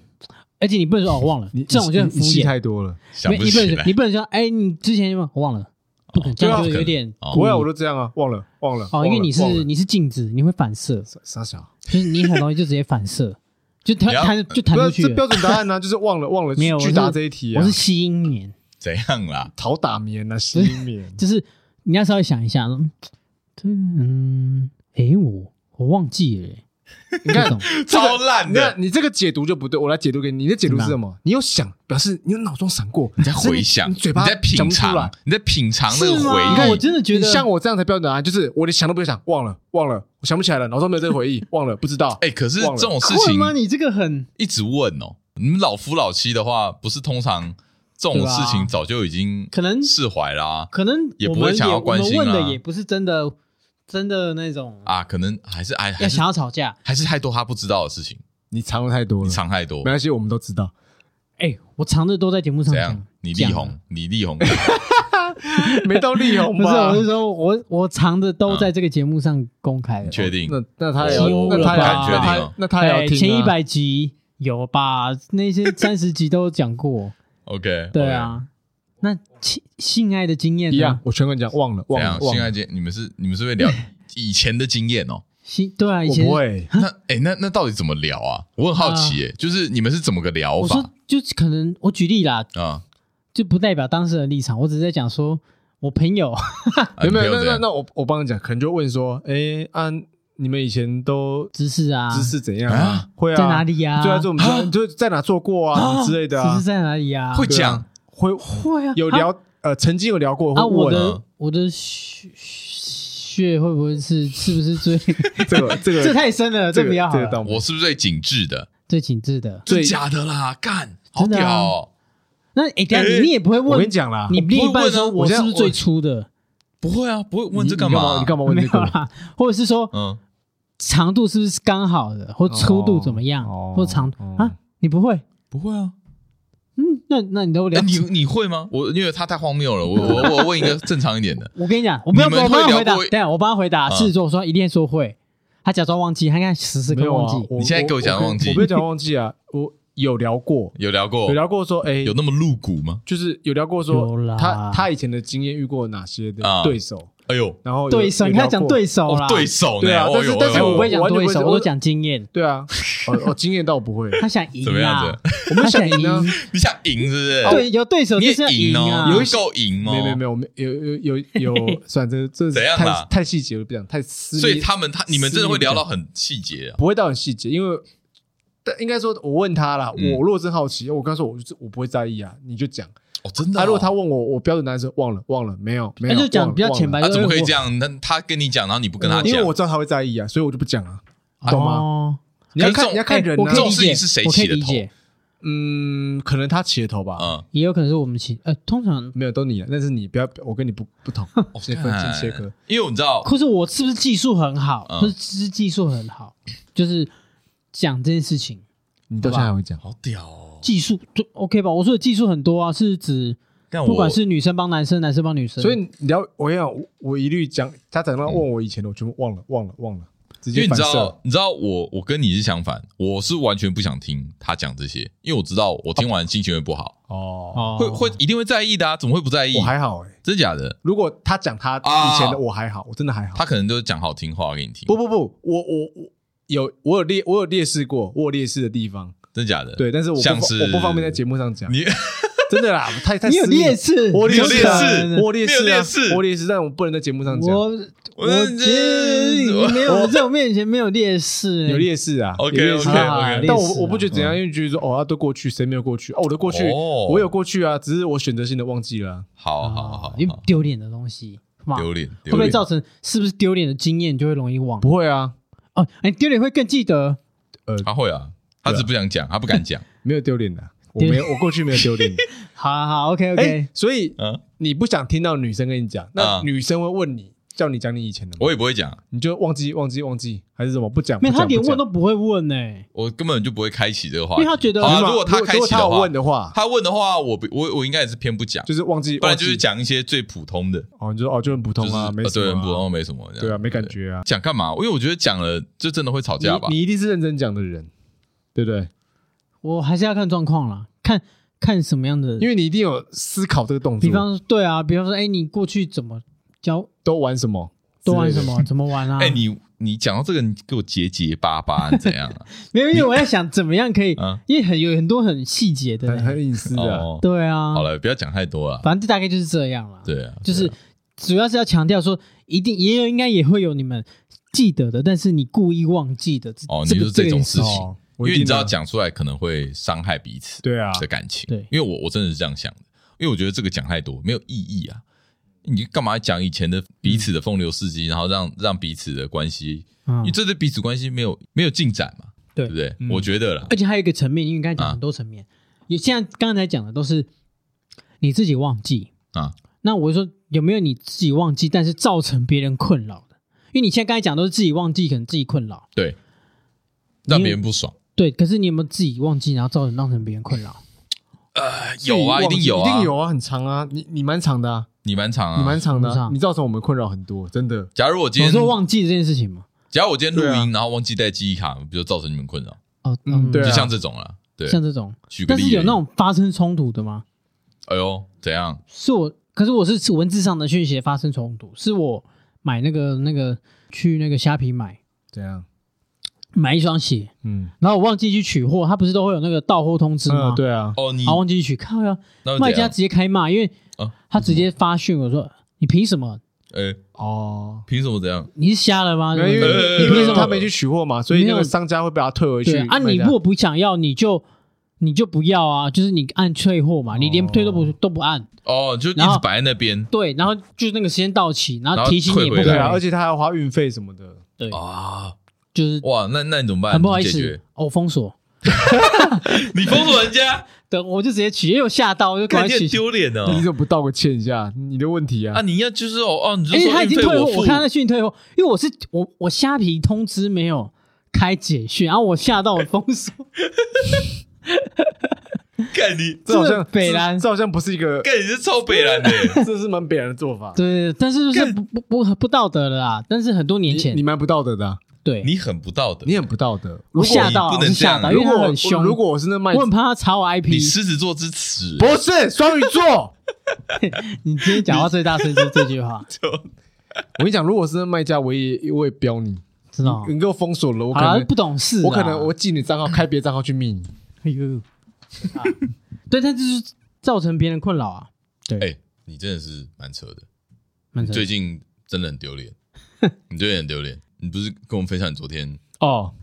而且你不能说哦忘了，你这种就很你敷你戏衍。太多了。想没不你不起能来你。不能说哎，你之前有没有我忘了，不可能，这对啊样不可就能有点哦故意不会啊，我都这样啊，忘了忘了。哦，因为你忘了是你是镜子，你会反射，傻傻小，就是你很容易就直接反射，就弹你要弹就弹不出是去这标了。准答 案呢，啊就是忘了忘了。没有去我是答这一题我啊是，吸音棉，怎样啦？讨打棉啊，吸引棉。就是你要稍微想一下，嗯这嗯，哎，我我忘记了耶，你看 这种超烂 那的，你这个解读就不对，我来解读给你。你的解读是什嗯么？你有想，表示你有脑中闪过，你你在回想，你嘴巴你在品讲不出尝啊来，你在品尝那个是吗回忆。你看我真的觉得你像我这样才标准答案，就是我连想都不会想，忘了忘了，我想不起来了，脑中没有这个回忆， 忘了不知道。哎、可是忘这了种事会情吗？你这个很一直问哦，你们老夫老妻的话，不是通常这种对啊事情早就已经可能释怀啦可能也我不会们想要我关们心问啊的也不是真的真的那种啊可能还是哎还要是想要吵架。还是太多他不知道的事情，你藏的太多你了，藏太多没，关系，我们都知道。哎、我藏着都在节目上怎讲样？。你力讲宏，你力 宏， 没哦到力宏 不是，啊吧我是说我我藏着都在这个节目上公开你了。确定？那那他也要有，那他也要，吧那他那他也哎要听啊前一百集有吧？那些三十集都有讲过。 OK，对，啊，那性性爱的经验一样呢？，我全跟你讲，忘了怎忘了样？忘性爱了。 经，你们是你们是会聊以前的经验哦？新对啊，以我前不会，那哎、那那到底怎么聊啊？我很好奇、哎、就是你们是怎么个聊我说法就是可能我举例啦，啊？就不代表当事人的立场，我只是在讲说我朋友 啊有没你朋友有？那怎那样那我我帮你讲，可能就问说，哎，啊，你们以前都知识啊，知识怎样啊？会啊？在哪里呀、就在这种啊就就在哪做过啊什么之类的知啊识，在哪里呀、会对啊讲会会啊，有啊聊呃，曾经有聊过，啊，会我问的啊我的血血会不会是是不是最这个这个这太深了，这个比较好这个了当不我是不是最紧致的？最紧致的。最真假的啦，干，好真的啊屌、哦！那哎，等一下哎你你也不会我跟问你，讲啦，你另一半说我不会问啊我现是在不是最粗的？不会啊，不会问你这你干嘛？嘛？你干嘛？嘛问 没这有个？啦，或者是说嗯，长度是不是刚好的，或粗度怎么样，哦或长哦啊？你不会？不会啊。嗯，那那你都哎聊。。你你会吗？ 我因为他太荒谬了，我我我问一个正常一点的 我跟你讲，我不要，你们我帮会他聊回答。过等一下我帮他回答。啊狮子座说一定说会，他假装忘记，他看十次没都有忘啊记，。我你现在给我讲我忘记我没有讲忘记啊，我有聊过，有聊过，有聊过说，哎有，那么露骨吗？就是有聊过有说啦他他以前的经验遇过哪些的啊对手，哎呦，然后有对手，有你聊看他讲过对手啦哦，，对手呢？对啊哦但是呦但是哎呦我不会讲完全对不手，是我我都讲经验。对啊，哦哦，经验倒 不会，他想赢怎么样啊子，？我们他想想赢啊，赢，你想赢哦是不是？对，，有对手你就也是要赢啊哦，，有你够赢哦。没有没有没有，我们有有 有有，算了这这怎样啦太太细节了，不讲太私密，所以他们他你们真的会聊到私密很细节的啊。不会到很细节，因为但应该说，我问他啦，嗯我若真好奇，我刚说我就是我不会在意啊，你就讲。哦，真的哦。他如果他问我，我标准男生忘了忘了没有没那有，哎就忘讲了比较浅，白，他怎么可以就是这样？那他跟你讲，然后你不跟他忘了因讲为，我知道他会在意啊，所以我就不讲啊，我？懂吗？哦哎你要可是这种看你要看人我啊可，以这理种事解，情是谁我可以起的理头解，嗯，可能他起的头吧，嗯，也有可能是我们起。呃，通常没有都你啊，但是你不要，我跟你不不同，哦先分看清切割。因为我知道，或是我是不是技术很好，嗯或是知识技术很好，就是讲这件事情你到现在还会讲，好屌哦。技术就 OK 吧？我说的技术很多啊，是指但我不管是女生帮男生，男生帮女生，所以你聊，我跟你讲，我我一律讲，他讲到问我以前的，我全部忘了，忘了，忘了，直因接为你反知射道，。你知道我我跟你是相反，我是完全不想听他讲这些，因为我知道我听完心情会不好，哦，哦会会一定会在意的啊，怎么会不在意我？还好哎、真假的？如果他讲他以前的，我还好，我真的还好。啊他可能都讲好听话给你听，不不不，我我我有我有劣我有劣势过，我有劣势的地方，真假的？对，但是我不像方是我不方便在节目上讲，你真的啦，太太你有私密劣，势，我有不劣可势能我有劣势、啊，你有劣势我有劣势，但我不能在节目上讲，我我觉得你没有在我面前没有劣势，有劣势啊 OK，有劣势 OK，OK 啊啊但劣势我啊我不觉得怎样，因为觉得说哦，他都过去，谁没有过去？哦，我的过去，哦我有过去啊，只是我选择性的忘记了啊、好好好好哦因为丢脸的东西，嘛丢脸，会丢不会脸造成是不是丢脸的经验就会容易忘？不会啊，哦，哎，丢脸会更记得，他会啊，他只是不想讲，他不敢讲，没有丢脸的啊，我丢没脸有，我过去没有丢脸。好啊好，OK 哎、 OK，所以嗯，你不想听到女生跟你讲，那啊女生会问你，叫你讲你以前的吗？我也不会讲，你就忘记忘记忘记，还是什么不讲？没有不他讲连问。不都讲不会问呢，我根本就不会开启这个话因题，为他觉得好啊是吧如果他他开启的话有问的话，他问的话，我不我我应该也是偏不讲，就是忘记，不然就是忘记讲一些最普通的，哦，你就说哦，就很普就通是啊，没呃什么对，啊很普通，没什么这样，对啊，没感觉啊。讲干嘛？因为我觉得讲了就真的会吵架吧你。你一定是认真讲的人，对不对？我还是要看状况啦，看看什么样的，因为你一定有思考这个动作，比方说对啊，比方说哎，你过去怎么教，都玩什么，都玩什么， 怎么玩啊？哎、你你讲到这个，你给我结结巴巴，你怎样啊？没有，因为我在想怎么样可以， 啊因为很有很多很细节之的类的，很嘞，很隐私的啊。哦，对啊，好，了，不要讲太多了。反正大概就是这样啦。对啊，就是主要是要强调说，一定也有应该也会有你们记得的，但是你故意忘记的。这哦你个说这种事情哦因为你知道，我一定讲出来可能会伤害彼此的对啊，的感情。对因为我我真的是这样想的，因为我觉得这个讲太多没有意义啊。你干嘛讲以前的彼此的风流事嗯迹，然后让让彼此的关系，因嗯为，这对彼此关系没有没有进展嘛？对对不对嗯？我觉得啦而，且还有一个层面，因为刚才讲啊很多层面，也现在刚才讲的都是你自己忘记啊。那我就说有没有你自己忘记，但是造成别人困扰的？因为你现在刚才讲都是自己忘记，可能自己困扰，对，让别人不爽。对。可是你有没有自己忘记，然后造成造成别人困扰？呃，有啊，一定有一啊，定有啊，很长啊，你你蛮长的啊，你蛮长啊，你蛮长的我不知啊道，你造成我们困扰很多，真的。假如我今我天说忘记这件事情嘛？假如我今天录对啊音，然后忘记带记忆卡，不就造成你们困扰？哦，嗯对啊就像这种啦，对。像这种，举个但例而已，是有那种发生冲突的吗？哎呦怎样？是我，可是我是文字上的讯息发生冲突，是我买那个那个去那个虾皮买怎样？买一双鞋，嗯，然后我忘记去取货，他不是都会有那个到货通知吗嗯，？，对啊，哦，你然后忘记去取，靠呀，那卖卖家家直接开骂，因为啊他直接发讯我说：“你凭什么？哎，哦，凭什么这样？你是瞎了吗？”没有因对为呃因为他没去取货嘛，所以那没有个商家会被他退回去对啊，卖你家如果不想要，你就你就不要啊，就是你按退货嘛，你连退都不都不按，哦，就一然后直摆在那边对，然后就是那个时间到期，然后提醒你也不然后退对回啊，来而且他还要花运费什么的，对，啊！就是哇，那那你怎么办？很不好意你怎么解思，哦，封锁，决，你封锁人 家，对，我就直接取，因为我吓到，我就赶感觉快取。丢脸哦你。怎么不道个歉一下？你的问题啊，啊，你要就是哦哦，你就因为说哎哎他已经运退费货，付我看他讯退货，因为我是我我虾皮通知没有开解讯，然后我吓到我封锁， 干你这好这像北兰这这好像不是 一个，干你是超北蓝的，这是蛮北然的做法，对，但是就是不不不不道德了啦。但是很多年你前你，蛮不道德的啊，对，你很不道德。你很不道德。我如吓果到，你我不能是这样吓到，啊因为如他果很凶，如果我是那卖我很怕他查我 IP。你狮子座之耻，不是双鱼座，你今天讲话最大声就是这句话， 我跟你讲，如果是那卖家，我也我也标你，知道吗？你给我封锁了，我可好了，能不懂事啦，我可能我记你账号，开别的账号去密你。哎呦，啊对，但就是造成别人困扰啊。哎，你真的是蛮扯的。蛮扯最近真的很丢脸，你最近很丢脸。你不是跟我们分享你昨天哦，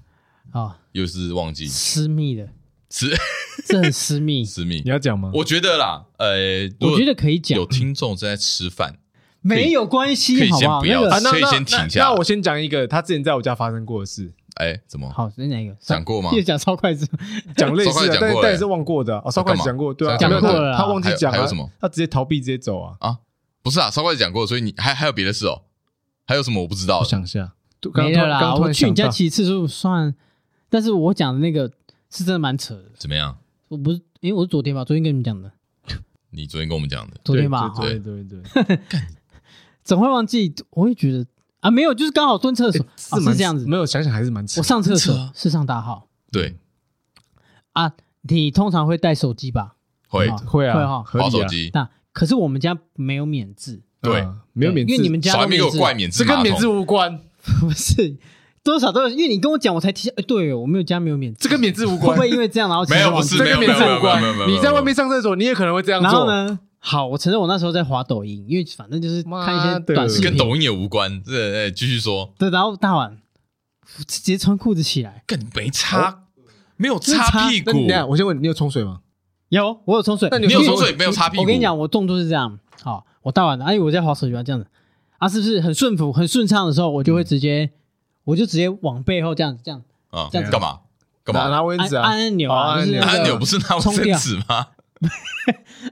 啊，又是忘记私密的，私，这很私密 私密你？要讲吗？我觉得啦，呃，如果我觉得可以讲有，听众正在吃饭，没有关可系，以好先好？不那要个啊那可以那先那停下那我先讲一个他之前在我家发生过 的事，哎，怎么好，是哪一个？讲过吗？越讲超快速，讲类似烧的块，讲但过了但也是忘过的啊。哦，烧块干嘛讲过，对啊，讲没有过他了啊他忘记还有讲啊还有什么？他直接逃避，直接走啊。啊？不是啊，烧块讲过，所以你还还有别的事哦？还有什么我不知道我的？想一下，刚刚没突了然刚啦。刚突我然去想你家到，骑次数算，但是我讲的那个是真的蛮扯的。怎么样？我不是，因为我是昨天吧，昨天跟你们讲的，你昨天跟我们讲的，昨天对吧，哈对对对 对，总会忘记，我会觉得啊，没有，就是刚好蹲厕所，啊蛮是这样子。没有想想还是蛮扯我。上厕是所啊是上大号对，啊，你通常会带手机吧？会啊会会啊，哈合理划啊手，机，那可是我们家没有免治，对嗯，没有免因为治你们家少都还没给我免治啊怪免治这马跟免治桶，无关， 不是多少都有，因为你跟我讲，我才提醒。哎，对哦，我没有家没有免治，这跟免治无会关不，会因为这样然后其实没有忘不记是这没跟有免治无没有没有没有关。没有你在外面上厕所，你也可能会这样然后做。呢？好，我承认我那时候在滑抖音，因为反正就是看一妈些的短视跟频，抖音也无关。这哎，继续说，对，然后大碗直接穿裤子起来，干没哦擦，没有没有擦擦屁那你股等一，下，我先问你，你有冲水吗？有我有冲水，那你你有因为冲水没有擦屁股？我跟你讲，我动作是这样，好，我大碗的，哎，我在滑手机吧，这样子，啊，是不是很顺服、很顺畅的时候，我就会直嗯接，我就直接往背后这样子，这样啊，这样子干嘛干拿嘛？拿卫生按纸啊按？按钮哦啊，按就是那个按钮不是拿卫冲生掉纸吗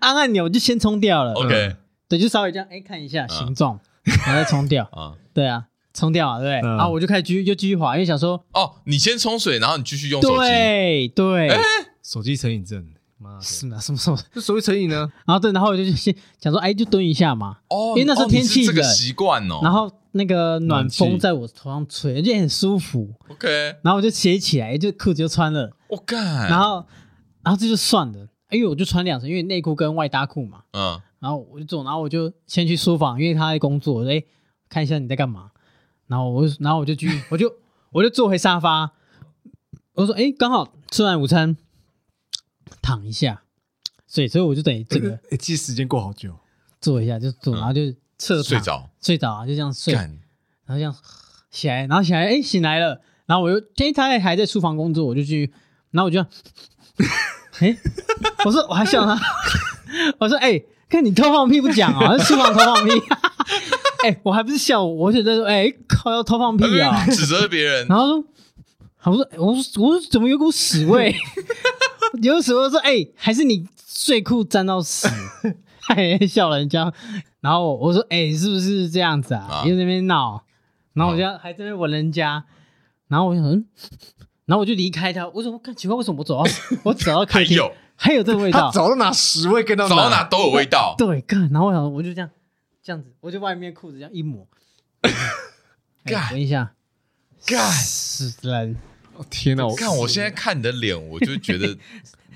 按按钮就先冲掉了，嗯？OK 对，就稍微这样，哎，看一下形状，然后再冲掉，啊，对啊，冲掉啊，对不对，嗯然后我就开始继续，就继续滑，因为想说，哦，你先冲水，然后你继续用手机。哎对对，手机成瘾症，妈的，什么啊什么什么，这手机成瘾呢？然后对，然后我就先想说，哎，就蹲一下嘛，哦，因为那时哦候你天气是这个冷习惯哦。然后那个暖暖气风在我头上吹，就很舒服。 OK，然后我就斜起来，就裤子就穿了，我干，然后，然后这就算了，因为我就穿两层，因为内裤跟外搭裤嘛。嗯，然后我就走，然后我就先去书房，因为他在工作，我说哎，看一下你在干嘛。然后我就，然后我就去， 我就我就坐回沙发，我说哎，刚好吃完午餐，躺一下，所以所以我就等于这个哎，其实时间过好久，坐一下就坐，然后就侧躺睡着，睡着啊，就这样睡，然干，后这样 起来，然后起来哎醒来了，然后我又哎他还还在书房工作，我就去，然后 我就哎我说我还想他， 我说哎看你偷放屁不讲啊，在书房偷放屁， 哎我还不是笑我，我就在说哎靠要偷放屁啊，指责别人，然后说我说哎我说我说怎么有股屎味，有屎味我说哎还是你睡裤沾到屎。还笑人家。然后我说：“哎、是不是这样子啊啊？你在那边闹。”然后我就啊还在那边闻人家，然后我就想，嗯然后我就离开他。我怎么看奇怪？为什么我 走到我走到还客厅有还有这个味他道？早到哪十位跟到早到哪都有味道，对，干。然后我想，我就这样这样子，我就外面裤子这样 一抹，哎干闻一下，干，死人！哦天哪！我看我现在看你的脸，我就觉得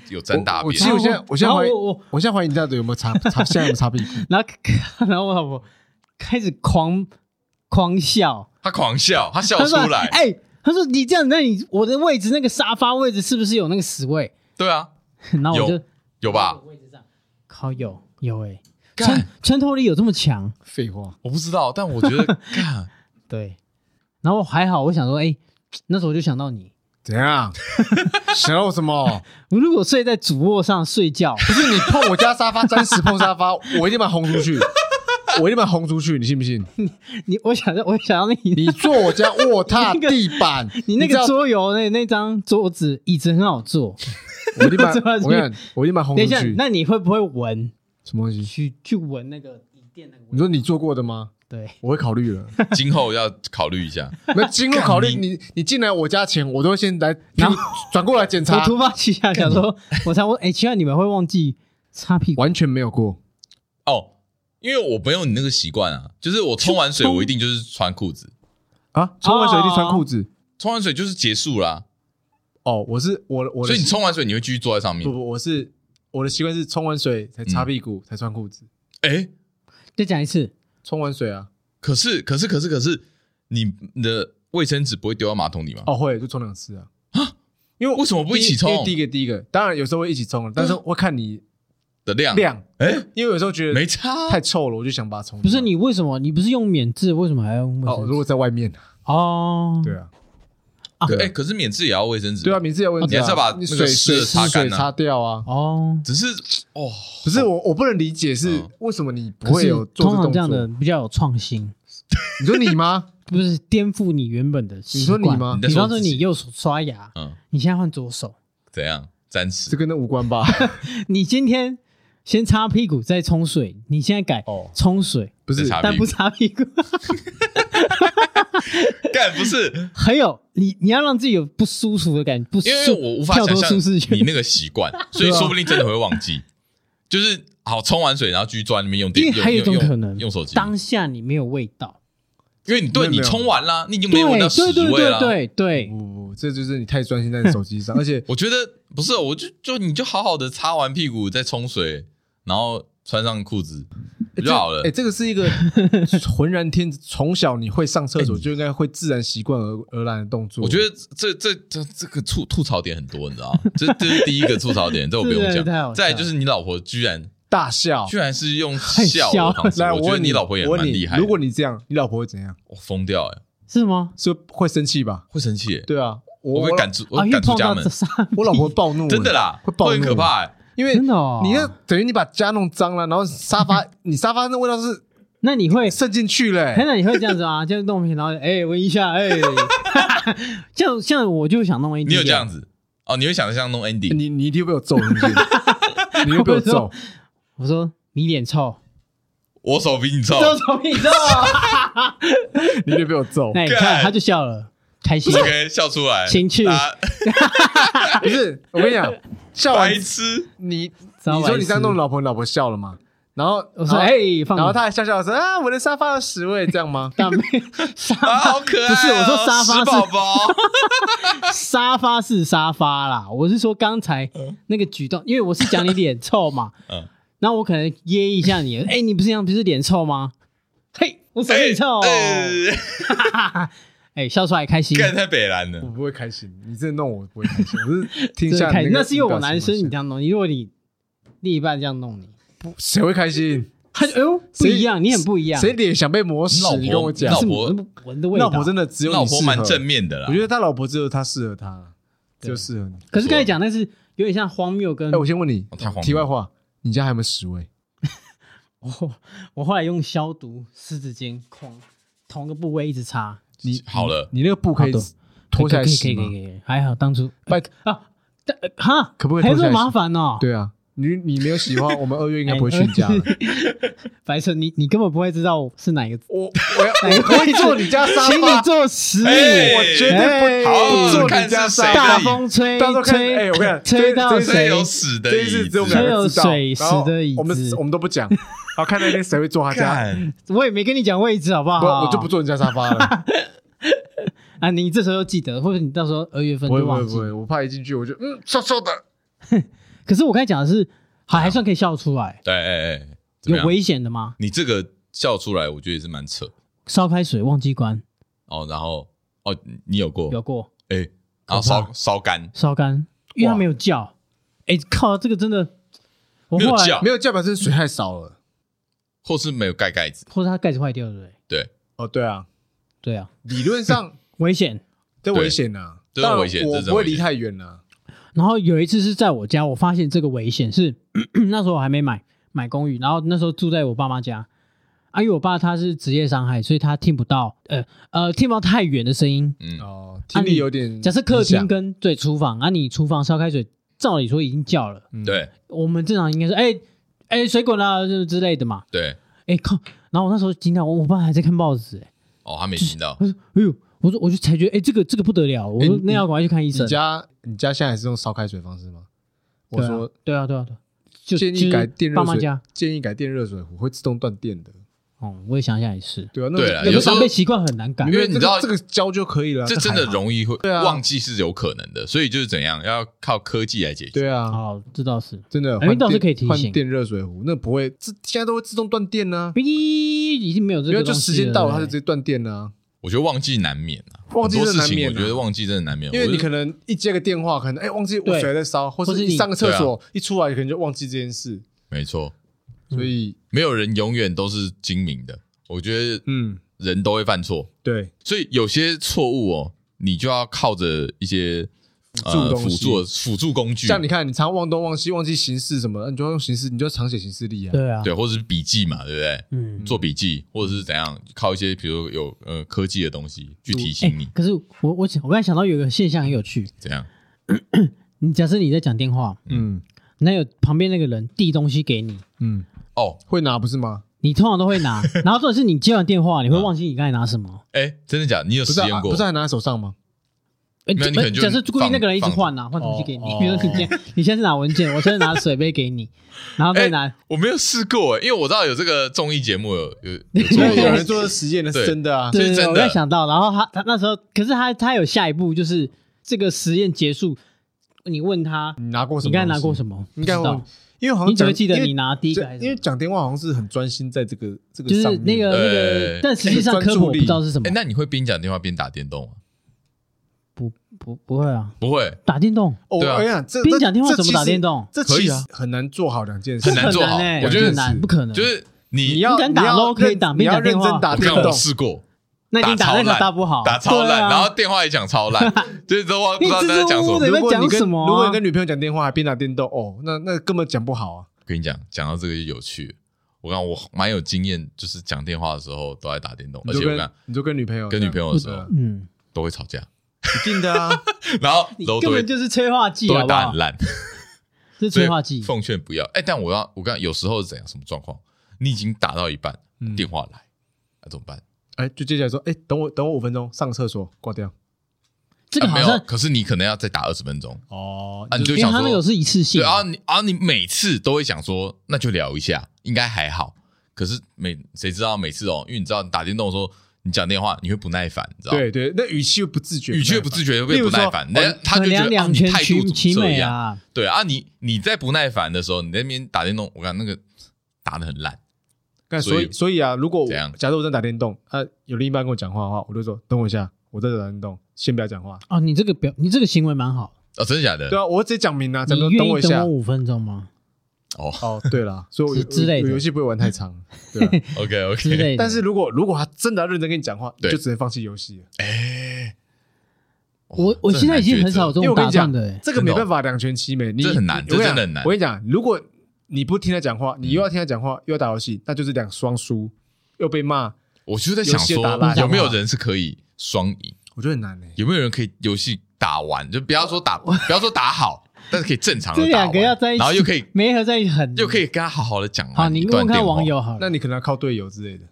有沾大我我便其，实我现在我现在怀疑然后我我，我现在怀疑你到底有没有擦擦，现在有没有擦屁股？然后 然后我老婆开始狂狂笑，他狂笑，他笑他出说：“来，哎、他说你这样，那你我的位置那个沙发位置是不是有那个屎味？对啊，然后我有就有吧？位置上，靠有有哎、干穿穿透力有这么强？废话，我不知道，但我觉得 干对，然后还好，我想说，哎、那时候我就想到你，怎样？想到我什么？我如果睡在主卧上睡觉， 不是你碰我家沙发，沾屎碰沙发，我一定把你轰出去，我一定把你轰出去，你信不信？你我想到我想到你，你坐我家卧榻、地板，你那知道个桌游那那张桌子椅子很好坐，我一定把， 坐下去我跟你讲，我一定把你轰等出一下，去。那你会不会闻？什么东西？去去闻那个椅垫那个你味？说你做过的吗？对，我会考 虑了。今后要考虑一下。那经过考虑，干你你进来我家前，我都会先来，然后转过来检我查，突发奇想想说，我才问，哎、奇怪你们会忘记擦屁股？完全没有过。哦，因为我没有你那个习惯啊，就是我冲完水，冲我一定就是穿裤子，啊，冲完水一定穿裤子。冲完水就是结束啦。哦，我是我我所的以你冲完水，你会继续坐在上面不。不，我是我的习惯是冲完水才擦屁股，才穿裤子。哎，再讲一次，冲完水啊，可是可是可是可是，你你的卫生纸不会丢到马桶里吗？哦会就冲两次啊。因为为什么不一起冲因为第一个第一个，当然有时候会一起冲，啊但是会看你的量，量，哎，因为有时候觉没得差啊太臭了，我就想把它冲掉。不是你为什么？你不是用免治，为什么还要用卫哦，生如纸？果在外面，哦，对，啊，可哎，可是免治也要卫生纸，对啊，，名字有问题啊，你还是要把你那个水湿的水擦湿干啊水擦掉啊。哦，嗯只是哦，不是我，我不能理解是嗯为什么你不可会是有做通常动这样作的。比较有创新，你说你吗？ 不是颠覆你原本的习惯。你说你吗你在比说方自说己你右手刷牙，嗯，你现在换左手，怎样沾这屎？跟那无关吧？你今天先擦屁股再冲水，你现在改哦冲水，不再是，擦但哦屁不股擦屁股。 干不是，还有，你你要让自己有不舒服的感觉，不舒因为我无法跳想脱象舒适圈你。那个习 惯，所以对啊说不定真的会忘记。就是好冲完水，然后继续坐在那边用电，因为还有一种用用可能用手机，当下你没有味道，因为你对没你有冲完啦，你已经没对有闻到屎对对味啦。对对对，不不不，这就是你太专心在手机 上，而且我觉得不是，我就就你就好好的擦完屁股再冲水，然后穿上裤子呃就好了哎、。这个是一个浑然天子，从小你会上厕所就应该会自然习惯而而然的动作。我觉得这这这这个吐吐槽点很多，你知道吗？这这是第一个吐槽点，这我不用 这个太讲。好笑哦再来就是你老婆居然大笑居。然是用笑的方式，来，我觉得问你老婆也我问蛮你厉害的。如果你这样，你老婆会怎样？我疯掉哎，是吗？是会生气吧？会生气欸，对啊，我我会我赶出我啊，会因为赶出碰家到门这。沙，我老婆会暴怒，真的，啦，会暴怒很可怕、欸。因为真的哦。你那等于你把家弄脏了，然后沙 发你沙发那味道是那你会，渗进去了、欸那你会这样子 吗？就是弄瓶，然后哎闻一下，哎，像像我就想弄一滴，你有这样子哦？你会想像弄 Andy？你你一定被我揍，是不 是你又被我揍，我说你脸哦臭，我手比你臭，这有什么你 知道吗？你一定被我揍。 那你看干他就笑了，开心。 OK，笑出来，情趣大 家不是，我跟你讲，笑完白痴，你糟你白说你这样痴弄老婆，你老婆笑了吗？然后我然说后哎，放然后你？他还笑笑地说啊，我的沙发有屎味，这样吗 大妹 沙啊，发好可爱哦、不是我说沙发是屎宝宝，沙发是沙发啦，我是说刚才嗯那个举动，因为我是讲你脸臭嘛，嗯然后我可能噎一下你，哎，你不是这样，不是脸臭吗？嘿，我手很臭哦，哎 哎，笑出来开心，干太北蓝我了。不会开心，你这弄我不会开心，我 是听真下的你开心。个那是因为我男生，你表这情样弄，如果你另一半这样弄你，不谁会开心？他就哎呦不谁一样，你很不一样，谁脸想被磨你屎老？婆你跟我讲，老是婆闻闻的味道。老婆真的只有你老婆适合蛮正，面的啊啦，我觉得他老婆只有他适合他，对只有适合你。可是刚才讲那是有点像荒谬跟 哎，我先问你哦太荒，谬题外话，你家还有没有屎味？我我后来用消毒湿纸巾狂同个部位一直擦，你好了你那个布可以好的脱下来可以可洗以可吗以？可以，可以还好当初拜啊，但呃哈，可不可以还有这脱下么来洗麻烦哦？哎对啊，你你没有 洗的话，我们二月应该不会去你家了。哎 白痴，你你根本不会知道是哪一个我我要哪我个不会坐你家沙请你发，做实哎验，我绝对不好不坐看你家是沙谁发。大哎风吹到时候看吹，哎我跟你讲吹到这真谁？有屎的这椅一子，次只有我们两个知道，车有水然后死的椅子我们我们都不讲，然后看那天谁会坐 他家，干我也没跟你讲位置好不好？不我就不坐人家沙发 了，啊，你这时候就记得，或者你到时候二月份不会就不会忘不记。会，我怕一进去我就嗯臭臭的，可是我刚才讲的是，还还算可以笑出来，对哎哎，怎么有样？危险的吗？你这个笑出来，我觉得也是蛮扯烧开水忘记关，哦。然后哦，你你有过？有过哎、然后烧烧干，烧干，因为它哇没有叫。哎、靠，这个真的，我没有后来叫没有叫表示水太少了。或是没有盖盖子，或者它盖子坏掉，对不对？对，哦，对啊，对啊，理论上危险。这对危险啊，这当然危险这我真不会危离险太远了。然后有一次是在我家，我发现这个危险是 那时候我还没买买公寓，然后那时候住在我爸妈家。啊，因为我爸他是职业伤害，所以他听不到，呃呃，听不到太远的声音。嗯，哦，听啊力你有点。假设客厅，跟对厨房，啊，你厨房烧开水，照理说已经叫了，嗯，对我们正常应该说，哎、哎、水滚啦、就之类的嘛。对，哎、靠！然后我那时候惊到，我我爸还在看报纸、哎，哦，他没听到，他说，哎呦，我说我就才觉得，哎、这个这个不得了，我说哎你那要赶快去看医你生。家你家现在还是用烧开水方式吗？我对啊说对啊，对啊，对啊，就建就议是改电爸热妈水家，，建议改电热水壶会自动断电的。哦，我也想想也是，对啊，那对个啊那有个有个时候长辈习惯很难改因。为你知道这个教就可以了，啊这还真的好。容易会对啊忘记是有可能的，所以就是怎样要靠科技来解决。对啊，哦，这倒是。真的哎换倒是电可以提换醒电热水壶，那不会，这现在都会自动断电呢。哔，已经没有这因为个就东西了。时间到了，它就直对不对接断电啊了。我觉得忘记难免啊，忘记很多真的事难情免我啊觉得忘记真的难免，因为我你就可能一接个电话，可能哎忘记我对水还在烧，或或是是一你上个啊厕所一出来，可能就忘记这件事。没错，嗯所以，没有人永远都是精明的，我觉得嗯，人都会犯错，对，所以有些错误哦，你就要靠着一些助呃东辅西助辅助工具，像你看，你常忘东忘西，忘记形式什么，你就要用形式，你就要常写形式力啊。对啊，对，或者是笔记嘛，对不对？嗯。做笔记或者是怎样，靠一些比如有呃科技的东西去提醒你，哎可是我我想我刚才想到有个现象很有趣，怎样？你假设你在讲电话，嗯那有旁边那个人递东西给你，嗯，哦，会拿不是吗？你通常都会拿，然后重点是你接完电话，你会忘记你刚才拿什么。哎，真的假的？你有不实是啊验啊，过？不是还拿在手上 吗？哎，没有这你可能就假设故意那个人一直放换啊，换东西给你哦，比如说你现在你现在是拿文件，我现在拿水杯给你，然后再拿我没有试过，因为我知道有这个综艺节目有有有因做为过有人做的实验的是对真的啊。这对是对对，真我的在想到，然后他他那时候，可是他他有下一步，就是这个实验结束，你问他你拿过什么？你刚才拿过什？么，应该不知道哦我，因为好像你只会讲记得因为你拿第一个这还是因为什么讲电话好像是很专心在这个这个就是上面那个对啊那个，但实际上专注科普我不力知道是什么哎，，那你会边讲电话边打电动吗？不不不会啊，不会，打电动哦，对啊我跟你讲，这边讲电话怎么打电动？动，这其可以实啊很难做好两件事，很难很做好啊欸我觉得很难，是不可能，就是你嗯你要你敢打要 low 可以认打你要认边讲真电话打我电看我动，试过，那打你打那超个烂打不好，打超对烂，啊然后电话也讲超 烂，就是都忘不知道在讲什你支支吾吾么的。如果你你们讲跟什么啊如果你跟女朋友讲电话还边打电动，哦，那那根本讲不好啊。跟你讲，讲到这个就有趣了。我刚我蛮有经验，就是讲电话的时候都在打电动，你而就且我跟看你就跟女朋友跟女朋友的时候嗯嗯，都会吵架，一定的啊，然后你楼根都会本都就是催化剂，好啊会不打好很？烂，这所是催以化剂，奉劝不要。哎，但我要我刚有时候是怎样什么状况？你已经打到一半，嗯电话来，嗯那怎么办？ 哎，就接下来说，哎，等我等我五分钟，上个厕所挂掉。这个啊好没有，像可是你可能要再打二十分钟哦啊，你就因为想他那个说，是一次性对的，啊，你啊，你每次都会想说，那就聊一下，应该还好。可是每谁知道每次哦，因为你知道你打电动的时候，你讲电话你会不耐烦，你知道吗？对对，那语气又不自觉，语气不自觉会被不耐烦，例如说那他就觉两得啊，两你全态度其怎么其这美样？啊，对啊，你你在不耐烦的时候，你在那边打电动，我看那个打的很烂，那所所以以所以啊，如果我怎样假如我在打电动，啊，有另一半跟我讲话的话，我就说等我一下，我在打电动，先不要讲话。哦，你这个表，你这个行为蛮好。哦，真的假的？对啊，我会直接讲明啊，你讲说愿我意一等下我。五分钟吗？哦哦，对 啦，所以我之游之类的我游戏不会玩太长， 对啊。 ，OK 之 OK，类的。但是如果如果他真的要认真跟你讲话，你对就只能放弃游戏了，哎，哇我我现在已经很少有这因为种我跟你打断讲的、欸，这个没办法两全其美，你哦这很难我跟你这真讲的很难我跟你讲，如果你不听他讲话，你又要听他讲话，又要打游戏，那就是两双输，又被骂，我就在想游戏打烂说，有没有人是可以双赢？我觉得很难欸呢。有没有人可以游戏打完？就不要说打，不要说打好，但是可以正常这的打两完，个要在一起，然后又可以没合在一起很又可以。跟他好好的讲完好，你一段问看电话网，友好那了，你可能要靠队友之类的，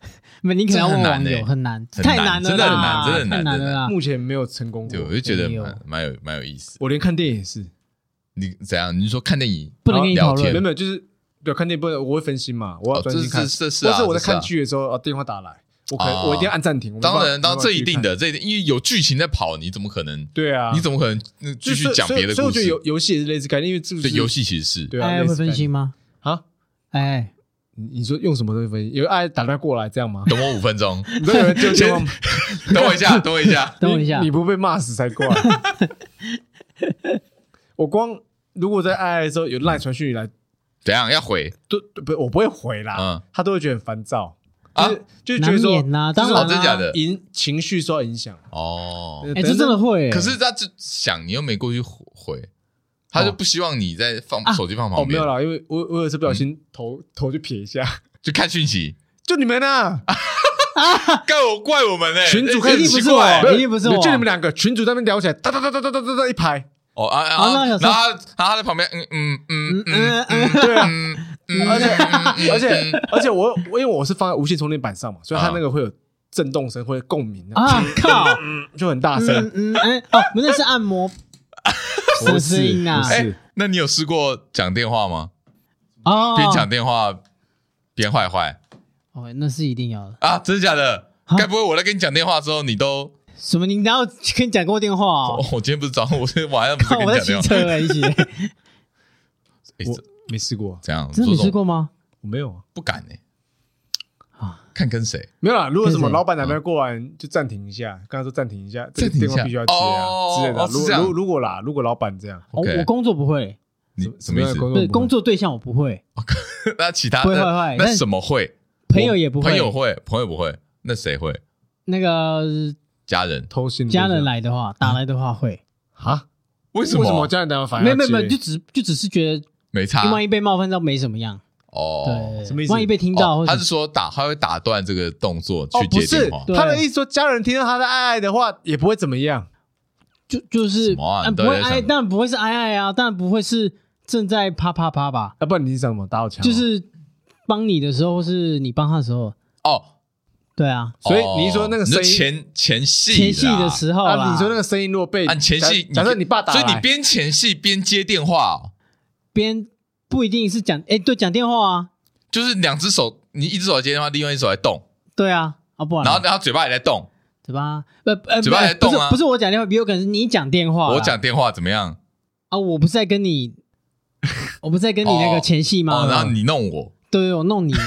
那你可能要问网这友，很难，很难太了啦，真的很难真的很难太难了啦。哎目前没有成功啊对，过我。就觉得没有蛮蛮有蛮有意思。我连看电影也是，你怎样？你是说看电影不能跟你聊讨论天没有没有，就是对看电影不能，我会分心嘛，我要哦，专这心看是。这是或啊，是我在这是啊看剧的时候，啊，电话打来，我可能哦我一定要按暂停。我没办法当然，当然这一定。没办的，法继续看这一定，因为有剧情在跑，你怎么可能？对啊，你怎么可能嗯继续讲别的所以所以所以我故觉得事？游游戏也是类似概念，因为这不对，是游戏其实是，对啊，哎，类似会分概念心吗？啊，哎，你你说用什么东西分析？有爱打电话过来这样吗？等哦我五分钟，你知道有人就先， 等我一 下，等我一下。等我一下你，你不被骂死才怪。 我光如果在爱爱的时候有赖传讯以来，怎样？要回都都不我不会回啦，嗯他都会觉得很烦躁，啊就是就是觉得难说免呐，就是当然哦啦真假的影情绪受到影响。哦？哎，这真的会欸。可是他就想你又没过去回，他就不希望你在放啊手机放哦旁没边有，啦，因为我我有一次不小心嗯头头就撇一下， 就看讯息。就你们啊，怪我怪我们哎，群主哎一很定不奇是怪我欸一哦定不是我就你们两个群主在那边聊起来，哒哒哒哒哒哒哒哒一排，哦啊啊啊那啊！有然后时候他然后他在旁边，嗯嗯嗯嗯嗯，对啊，嗯嗯，而且且而且而且我我因为我是放在无线充电板上嘛，所以它啊那个会有震动声，会有共鸣啊，啊 靠，嗯，就很大啊声嗯。嗯嗯，哦，不那是按摩什么声音啊不？是哎，那你有试过讲电话吗？哦，边讲电话边坏坏哦，那是一定要的。啊？真的假的啊？该不会我在跟你讲电话之后，你都什么？你哪有跟你讲过电话哦？哦？我今天不是早上，我是晚上不是靠，跟我你在讲骑电话？车哎，一起， 哎我这没试过，怎样？真的你没说什试么？过吗？我没有啊，不敢哎。啊，看跟谁没有啦。如果什么跟谁老板哪边过完就暂停一下，刚才说暂停一下，这暂停个一电下话必须要接啊哦之类的啊。哦是如这样如如果啦，如果老板这样，哦 OK 我工作不会，你什什么么意样思 的？工对作工作作对象我不会，那其他会那会会那但什么会？朋友我也不会朋友会，朋友不会。那谁会？那个家人？偷心家人来的嗯话，打来的话会，啊？为什为什么么？家人打电话嗯反而没要没没，接就只就只是觉得没差万一被冒犯到没什么样，哦对，什么意思万一被听到，哦或他者是说打，他会打断这个动作哦去不接是电话。对他的意思说家人听到他在爱爱的话也不会怎么样。就就是什么啊呃你不到底在会想哎，什么当然不会是哎哎啊，当然不会是正在啪啪啪吧，啊，不然你是想什么打我枪哦？就是帮你的时候，或是你帮他的时候，哦，对啊，所以你说那个哦你说声音前前戏啦前戏的时候啦，啊，你说那个声音如果被啊，前戏，假假设你爸打所来，以你边前戏边接电话哦，边不一定是讲哎，对，讲电话啊，就是两只手，你一只手在接电话，另外一只手在动，对啊，啊不然然呢后然后嘴巴也在动。嘴巴呃呃嘴巴也动啊不是不是我讲电话，也有可能是你讲电啊话啦，我讲电话怎么样？啊，我不是在跟你，我不是在跟你那个前戏吗？哦，然后你弄我，对，我弄你嘛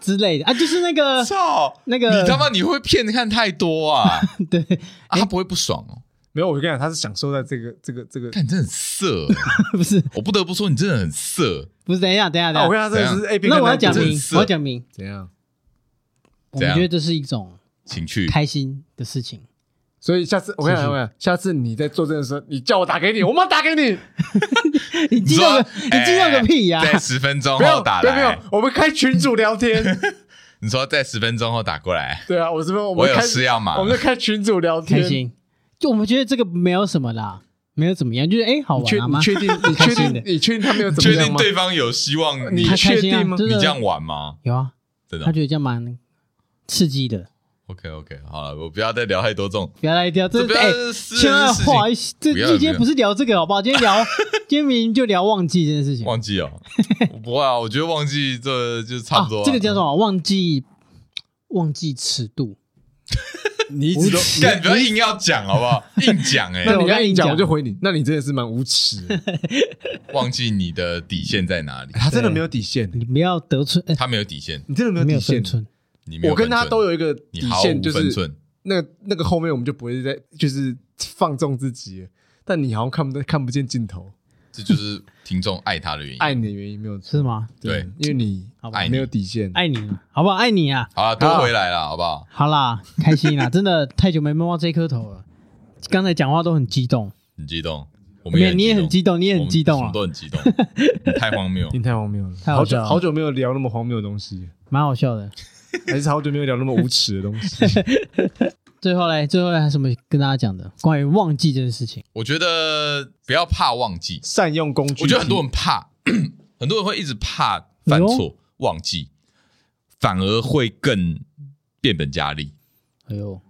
之类的啊，就是那个操！那个你他妈你会骗看太多 啊！ 对， 哎啊他不会不爽哦，没有，我跟你讲，他是享受在这个这个这个。看你真的很色，哦不是我不得不说你真的很色。不是，等一下等一下啊，我等跟他这个一是 A 下，片，那我要讲这明个，是我要讲明，怎样？我怎们样觉得这是一种情趣开心的事情，所以下次我跟你是讲，是我跟你讲，下次你在做这个时候，你叫我打给你，我妈打给你，你激动说哎个你激动个屁呀！在十分钟没有后打没有没有来。，我们开群主聊天。你说在十分钟后打过来，对啊，我这边我我们有开吃药码我们在开群主聊天。开心，就我们觉得这个没有什么啦，没有怎么样，就是哎好你确玩啊你妈，确定你开确心的定你确定他没有怎么确样定吗？对方有希望你你他确开心定啊吗，真你的这样玩吗？有啊，真的他觉得这样蛮刺激的， ？OK OK，好了，我不要再聊太多这种，不要来掉，这这不要哎。私现人在的事话情，一起，这不要今天不要不是聊这个好不好？今天 聊，今天明明就聊忘记这件事情。忘记哦，我不会啊，我觉得忘记这就差啊不多啊。，这个叫什么？忘记忘记尺度。你一直都无干，你不要硬要讲好不好？硬讲 哎那，对你我刚跟一你讲讲我就回你，那你真的是蛮无耻的，忘记你的底线在哪里？他真的没有底线，你不要得寸，哎他没有底线，你真的没有没底有线分。寸。你没有我跟他分寸都有一个底你毫线，无就分是寸。那那个后面我们就不会再就是放纵自己了，但你好像看不到看不见尽头，这就是听众爱他的原因。爱你的原因没有错，是吗？对，因为你好吧爱你没有底线，爱你啊，好不好？爱你啊！好了，多回来了，好不好？好啦，开心 啦！真的太久没摸到这颗头了。刚才讲话都很激动，很激动，我们没有你也很很激动，你也动，很激动我们我啊们，都很激动，你太荒谬 你。太荒谬了，太好好笑久了好久没有聊那么荒谬的东西，蛮好笑的。还是好久没有聊那么无耻的东 西。最后嘞，最后嘞，还有什么跟大家讲的？关于忘记这件事情，我觉得不要怕忘记，善用工具，我觉得很多人怕， 很多人会一直怕犯哎错、忘记，反而会更变本加厉。哎呦，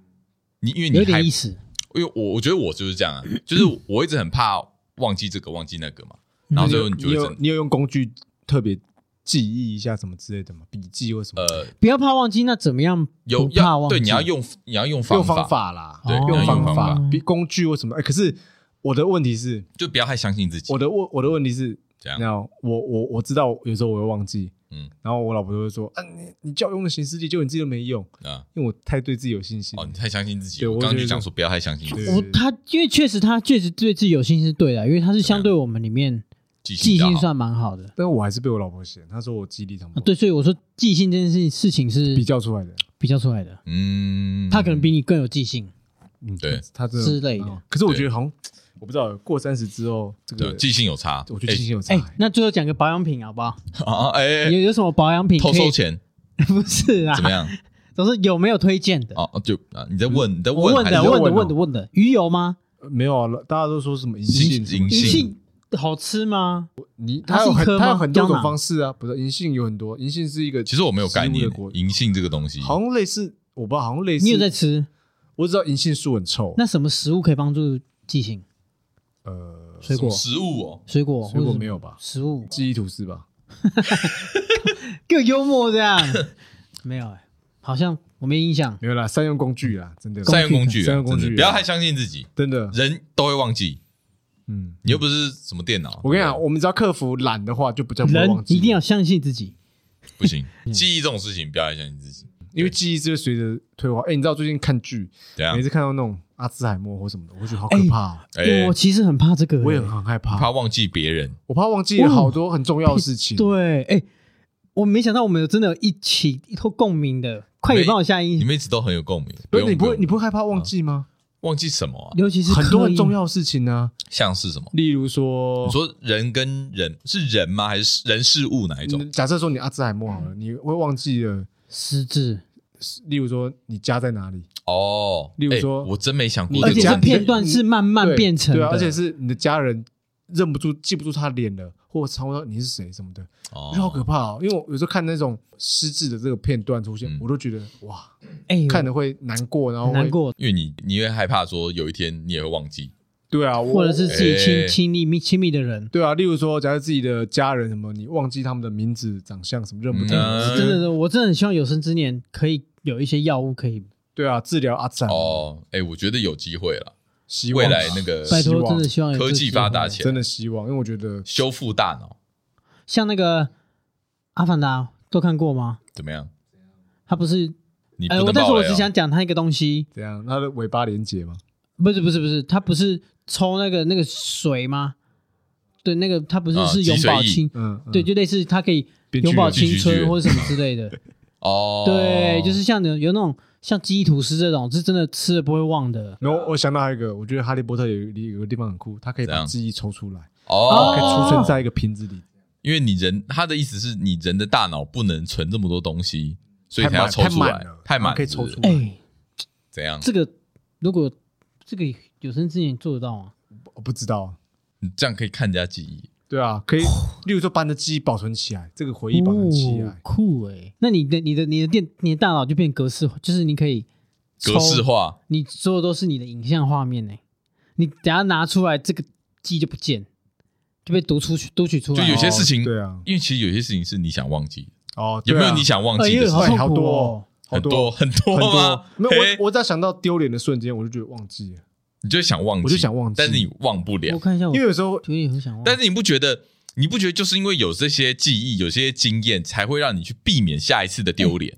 你因为你有害点意，思。因为我我觉得我就是这样啊，就是我一直很怕忘记这个、忘记那个嘛，然后最后你就你会有真你有用工具特别记忆一下什么之类的吗？笔记或什么？呃不要怕忘记，那怎么样？有不怕要忘记。对你要用你要用用方法，法啦，对哦用要用方法法，比工具或什么。哎，可是我的问题是，就不要太相信自己我。的问我的问题是，这样那我我我知道有时候我会忘记，嗯然后我老婆就会说：“啊，你你叫我用行事历，结果你自己都没用，啊，因为我太对自己有信心。哦，你太相信自己，对我我刚刚觉就得讲说不要太相信自己，对我他因为确实他确实对自己有信心是对的，因为他是相对我们里面记记啊性比性较好算蛮好的。但是我还是被我老婆嫌，她说我记忆力他们啊对，所以我说记性这件事事情是比较出来的，比较出来的，嗯，他可能比你更有记性。嗯，对她真的之类的嗯可是我觉得好像我不知道，过三十之后这对啊个，记性有差，我觉得记性有差哎。，那最后讲个保养品好不好？哎啊，哎，有哎有什么保养品可偷以？收钱 不是啊怎，么样？总是有没有推荐的？哦，哦就啊，你在问，你在我问还的，是要问问的，哦问的，问的，鱼油吗？呃没有啊，大家都说什么银银杏什么银银杏杏好吃吗？你它它是有一很颗它有吗很多胶种囊方式啊，不是银杏有很多，银杏是一个其实我没有概植念物的果，银杏这个东西，好像类似，我不知道，好像类似。你有在吃？我只知道银杏树很臭，那什么食物可以帮助记性？呃，水果，食物哦，水果，水果没有吧？食物 记忆吐司吧？更幽默这样， 没有哎，好像我没印象。没有啦，善用工具啦，真的善用工具啊，善用工真的具啊，不要太相信自己，真的，人都会忘记，嗯，你又不是什么电脑，我跟你对讲，我们只要克服懒的话，就不叫不会人忘记，一定要，相信自己。不 行，嗯记忆这种事情不要太相信自己，因为记忆是会随着退化。哎，你知道最近看剧，怎样每？次看到那种阿兹海默或什么的，我觉得好可怕啊哦，哎我，其实很怕这个，我也哎很害怕，怕忘记别人，我怕忘记了好多很重要的事情。对，哎，我没想到我们有真的有一起有共鸣的，快点帮我下你音，们一直都很有共鸣，嗯不是用你不会用你不会害怕忘记吗？忘记什么啊？尤其是很多很重刻意。要的事情呢，像是什么？例如说你，说人跟人是人吗？还是人事物哪一种？嗯假设说你阿兹海默好了，你会忘记了，失智，例如说你家在哪里，哦，例如哎说我真没想你过的而这且个家是问题，片段是慢慢对变成对的，啊，而且是你的家人认不出、记不住他脸了，或常会说你是谁什么的，我哦觉得好可怕哦。因为我有时候看那种失智的这个片段出现，嗯我都觉得哇，哎，看的会难过，然后很会难。过，因为你你会害怕说有一天你也会忘记，对啊，我或者是自己哎亲亲密密亲密的人，对啊，例如说，假如自己的家人什么，你忘记他们的名字、长相什么，认不出嗯来。呃真的，我真的很希望有生之年可以有一些药物可以，对啊，治疗阿展，嗯哦，哎，我觉得有机会了，希望未啊来那个拜希托，望真的希望有科这个技机会发达，前真的希望，因为我觉得修复大脑像那个《阿凡达》都看过吗？怎么样？他不是，你不呃，能我但是爆我啊雷只哦想讲他一个东西，怎样，他的尾巴连接嘛，不是不是不是，他不是抽那个那个水吗？对，那个他不是啊是永脊髓葆液青，嗯，嗯对，就类似他可以变永巨葆人青巨巨春人或者什么之类的， 哦，对，就是像有有那种像记忆吐司这种，是真的吃了不会忘的。然后我想到还有一个，我觉得《哈利波特》有一个有个地方很酷，它可以怎把样记忆抽出来，哦可以储存哦在一个瓶子里，因为你人他的意思是你人的大脑不能存这么多东西，所以才要抽太出满来太满了，太满可以是不是抽出来哎，怎样？这个如果这个有生之年做得到啊吗？我不知道。你这样可以看人家记忆，对啊，可以，例如说把你的记忆保存起来，这个回忆保存起哦来，酷哎、那你的你的你的电你的大脑就变格式化，就是你可以格式抽，化你所有都是你的影像画面呢、你等下拿出来，这个记忆就不见，就被读出去读取出来。就有些事情哦对啊，因为其实有些事情是你想忘记，哦，有对啊没有你想忘哎记呦的事好情？哎痛好苦多哦哦。很多很很多吗多？没嘿有我，我只要想到丢脸的瞬间，我就觉得忘记了，你就想忘记，我就想忘记但是你忘不了我。看一下我，因为有时候有点很想忘，但是你不觉得？你不觉得就是因为有这些记忆、有些经验，才会让你去避免下一次的丢脸？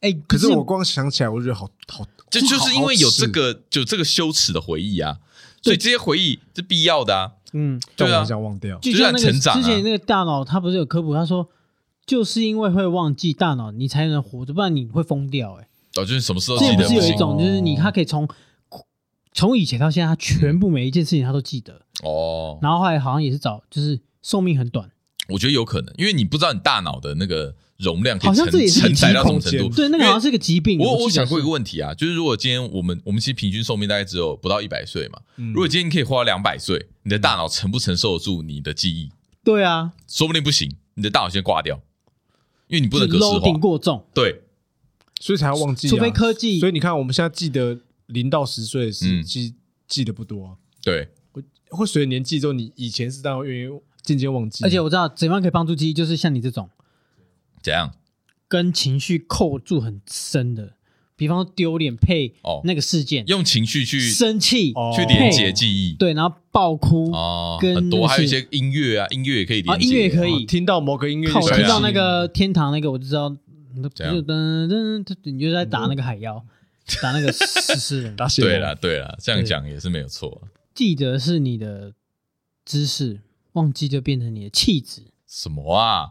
哎、可是我光想起来，我就觉得好好，这好就是因为有这，个有这个羞耻的回忆啊，所以这些回忆是必要的啊。嗯，对但我啊很，想忘掉。就就让像那个成长啊之前那个大脑，它不是有科普，他说就是因为会忘记大脑，你才能活着，不然你会疯掉哎、哦，就是什么事都之记前不得是不有一行种，就是你哦他可以从从以前到现在，他全部每一件事情他都记得。哦。然后后来好像也是找，就是寿命很短，我觉得有可能，因为你不知道你大脑的那个容量可好以像承这也是承载到什么程集度空。对，那个好像是个疾病。我我记得想过一个是问题啊，就是如果今天我们我们其实平均寿命大概只有不到一百岁嘛，嗯如果今天你可以活到两百岁，你的大脑承不承受得住你的记忆？对啊，说不定不行，你的大脑先挂掉，因为你不能格就是式 loading 化。过重，对，所以才要忘记啊，除非科技所以你看，我们现在记得零到十岁嗯是记记得不多啊，对，会随着年纪之后，你以前是当然会愿意渐渐忘记，而且我知道怎么样可以帮助记忆，就是像你这种怎样？跟情绪扣住很深的，比方说丢脸配哦那个事件，用情绪去生气哦去连接记忆对，然后爆哭啊，哦，跟很多那还有一是些音乐啊，音乐也可以连接，音乐也可哦。以听到某个音乐就靠，我想对听啊起到那个天堂那个，我就知道，不怎样是噔噔噔，你就在打那个海 妖，打那个死死人。打血对了啦，对啦，这样对讲也是没有错啊。记得是你的知识，忘记就变成你的气质。什么啊？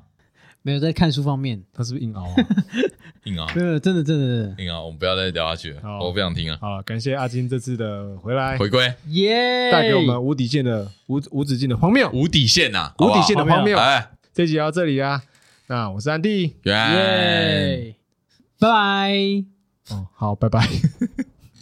没有在看书方面，他是不是硬熬啊？ 硬啊没有，真的真的真的，硬啊！我们不要再聊下去了，好我不想听啊。好了，感谢阿金这次的回来，回归耶！带给我们无底线的无无止境的荒谬。无底线呐，无底线的好不好啊荒谬哎，这集到这里啊，那我是安迪，原来耶，拜拜。哦，好，拜拜。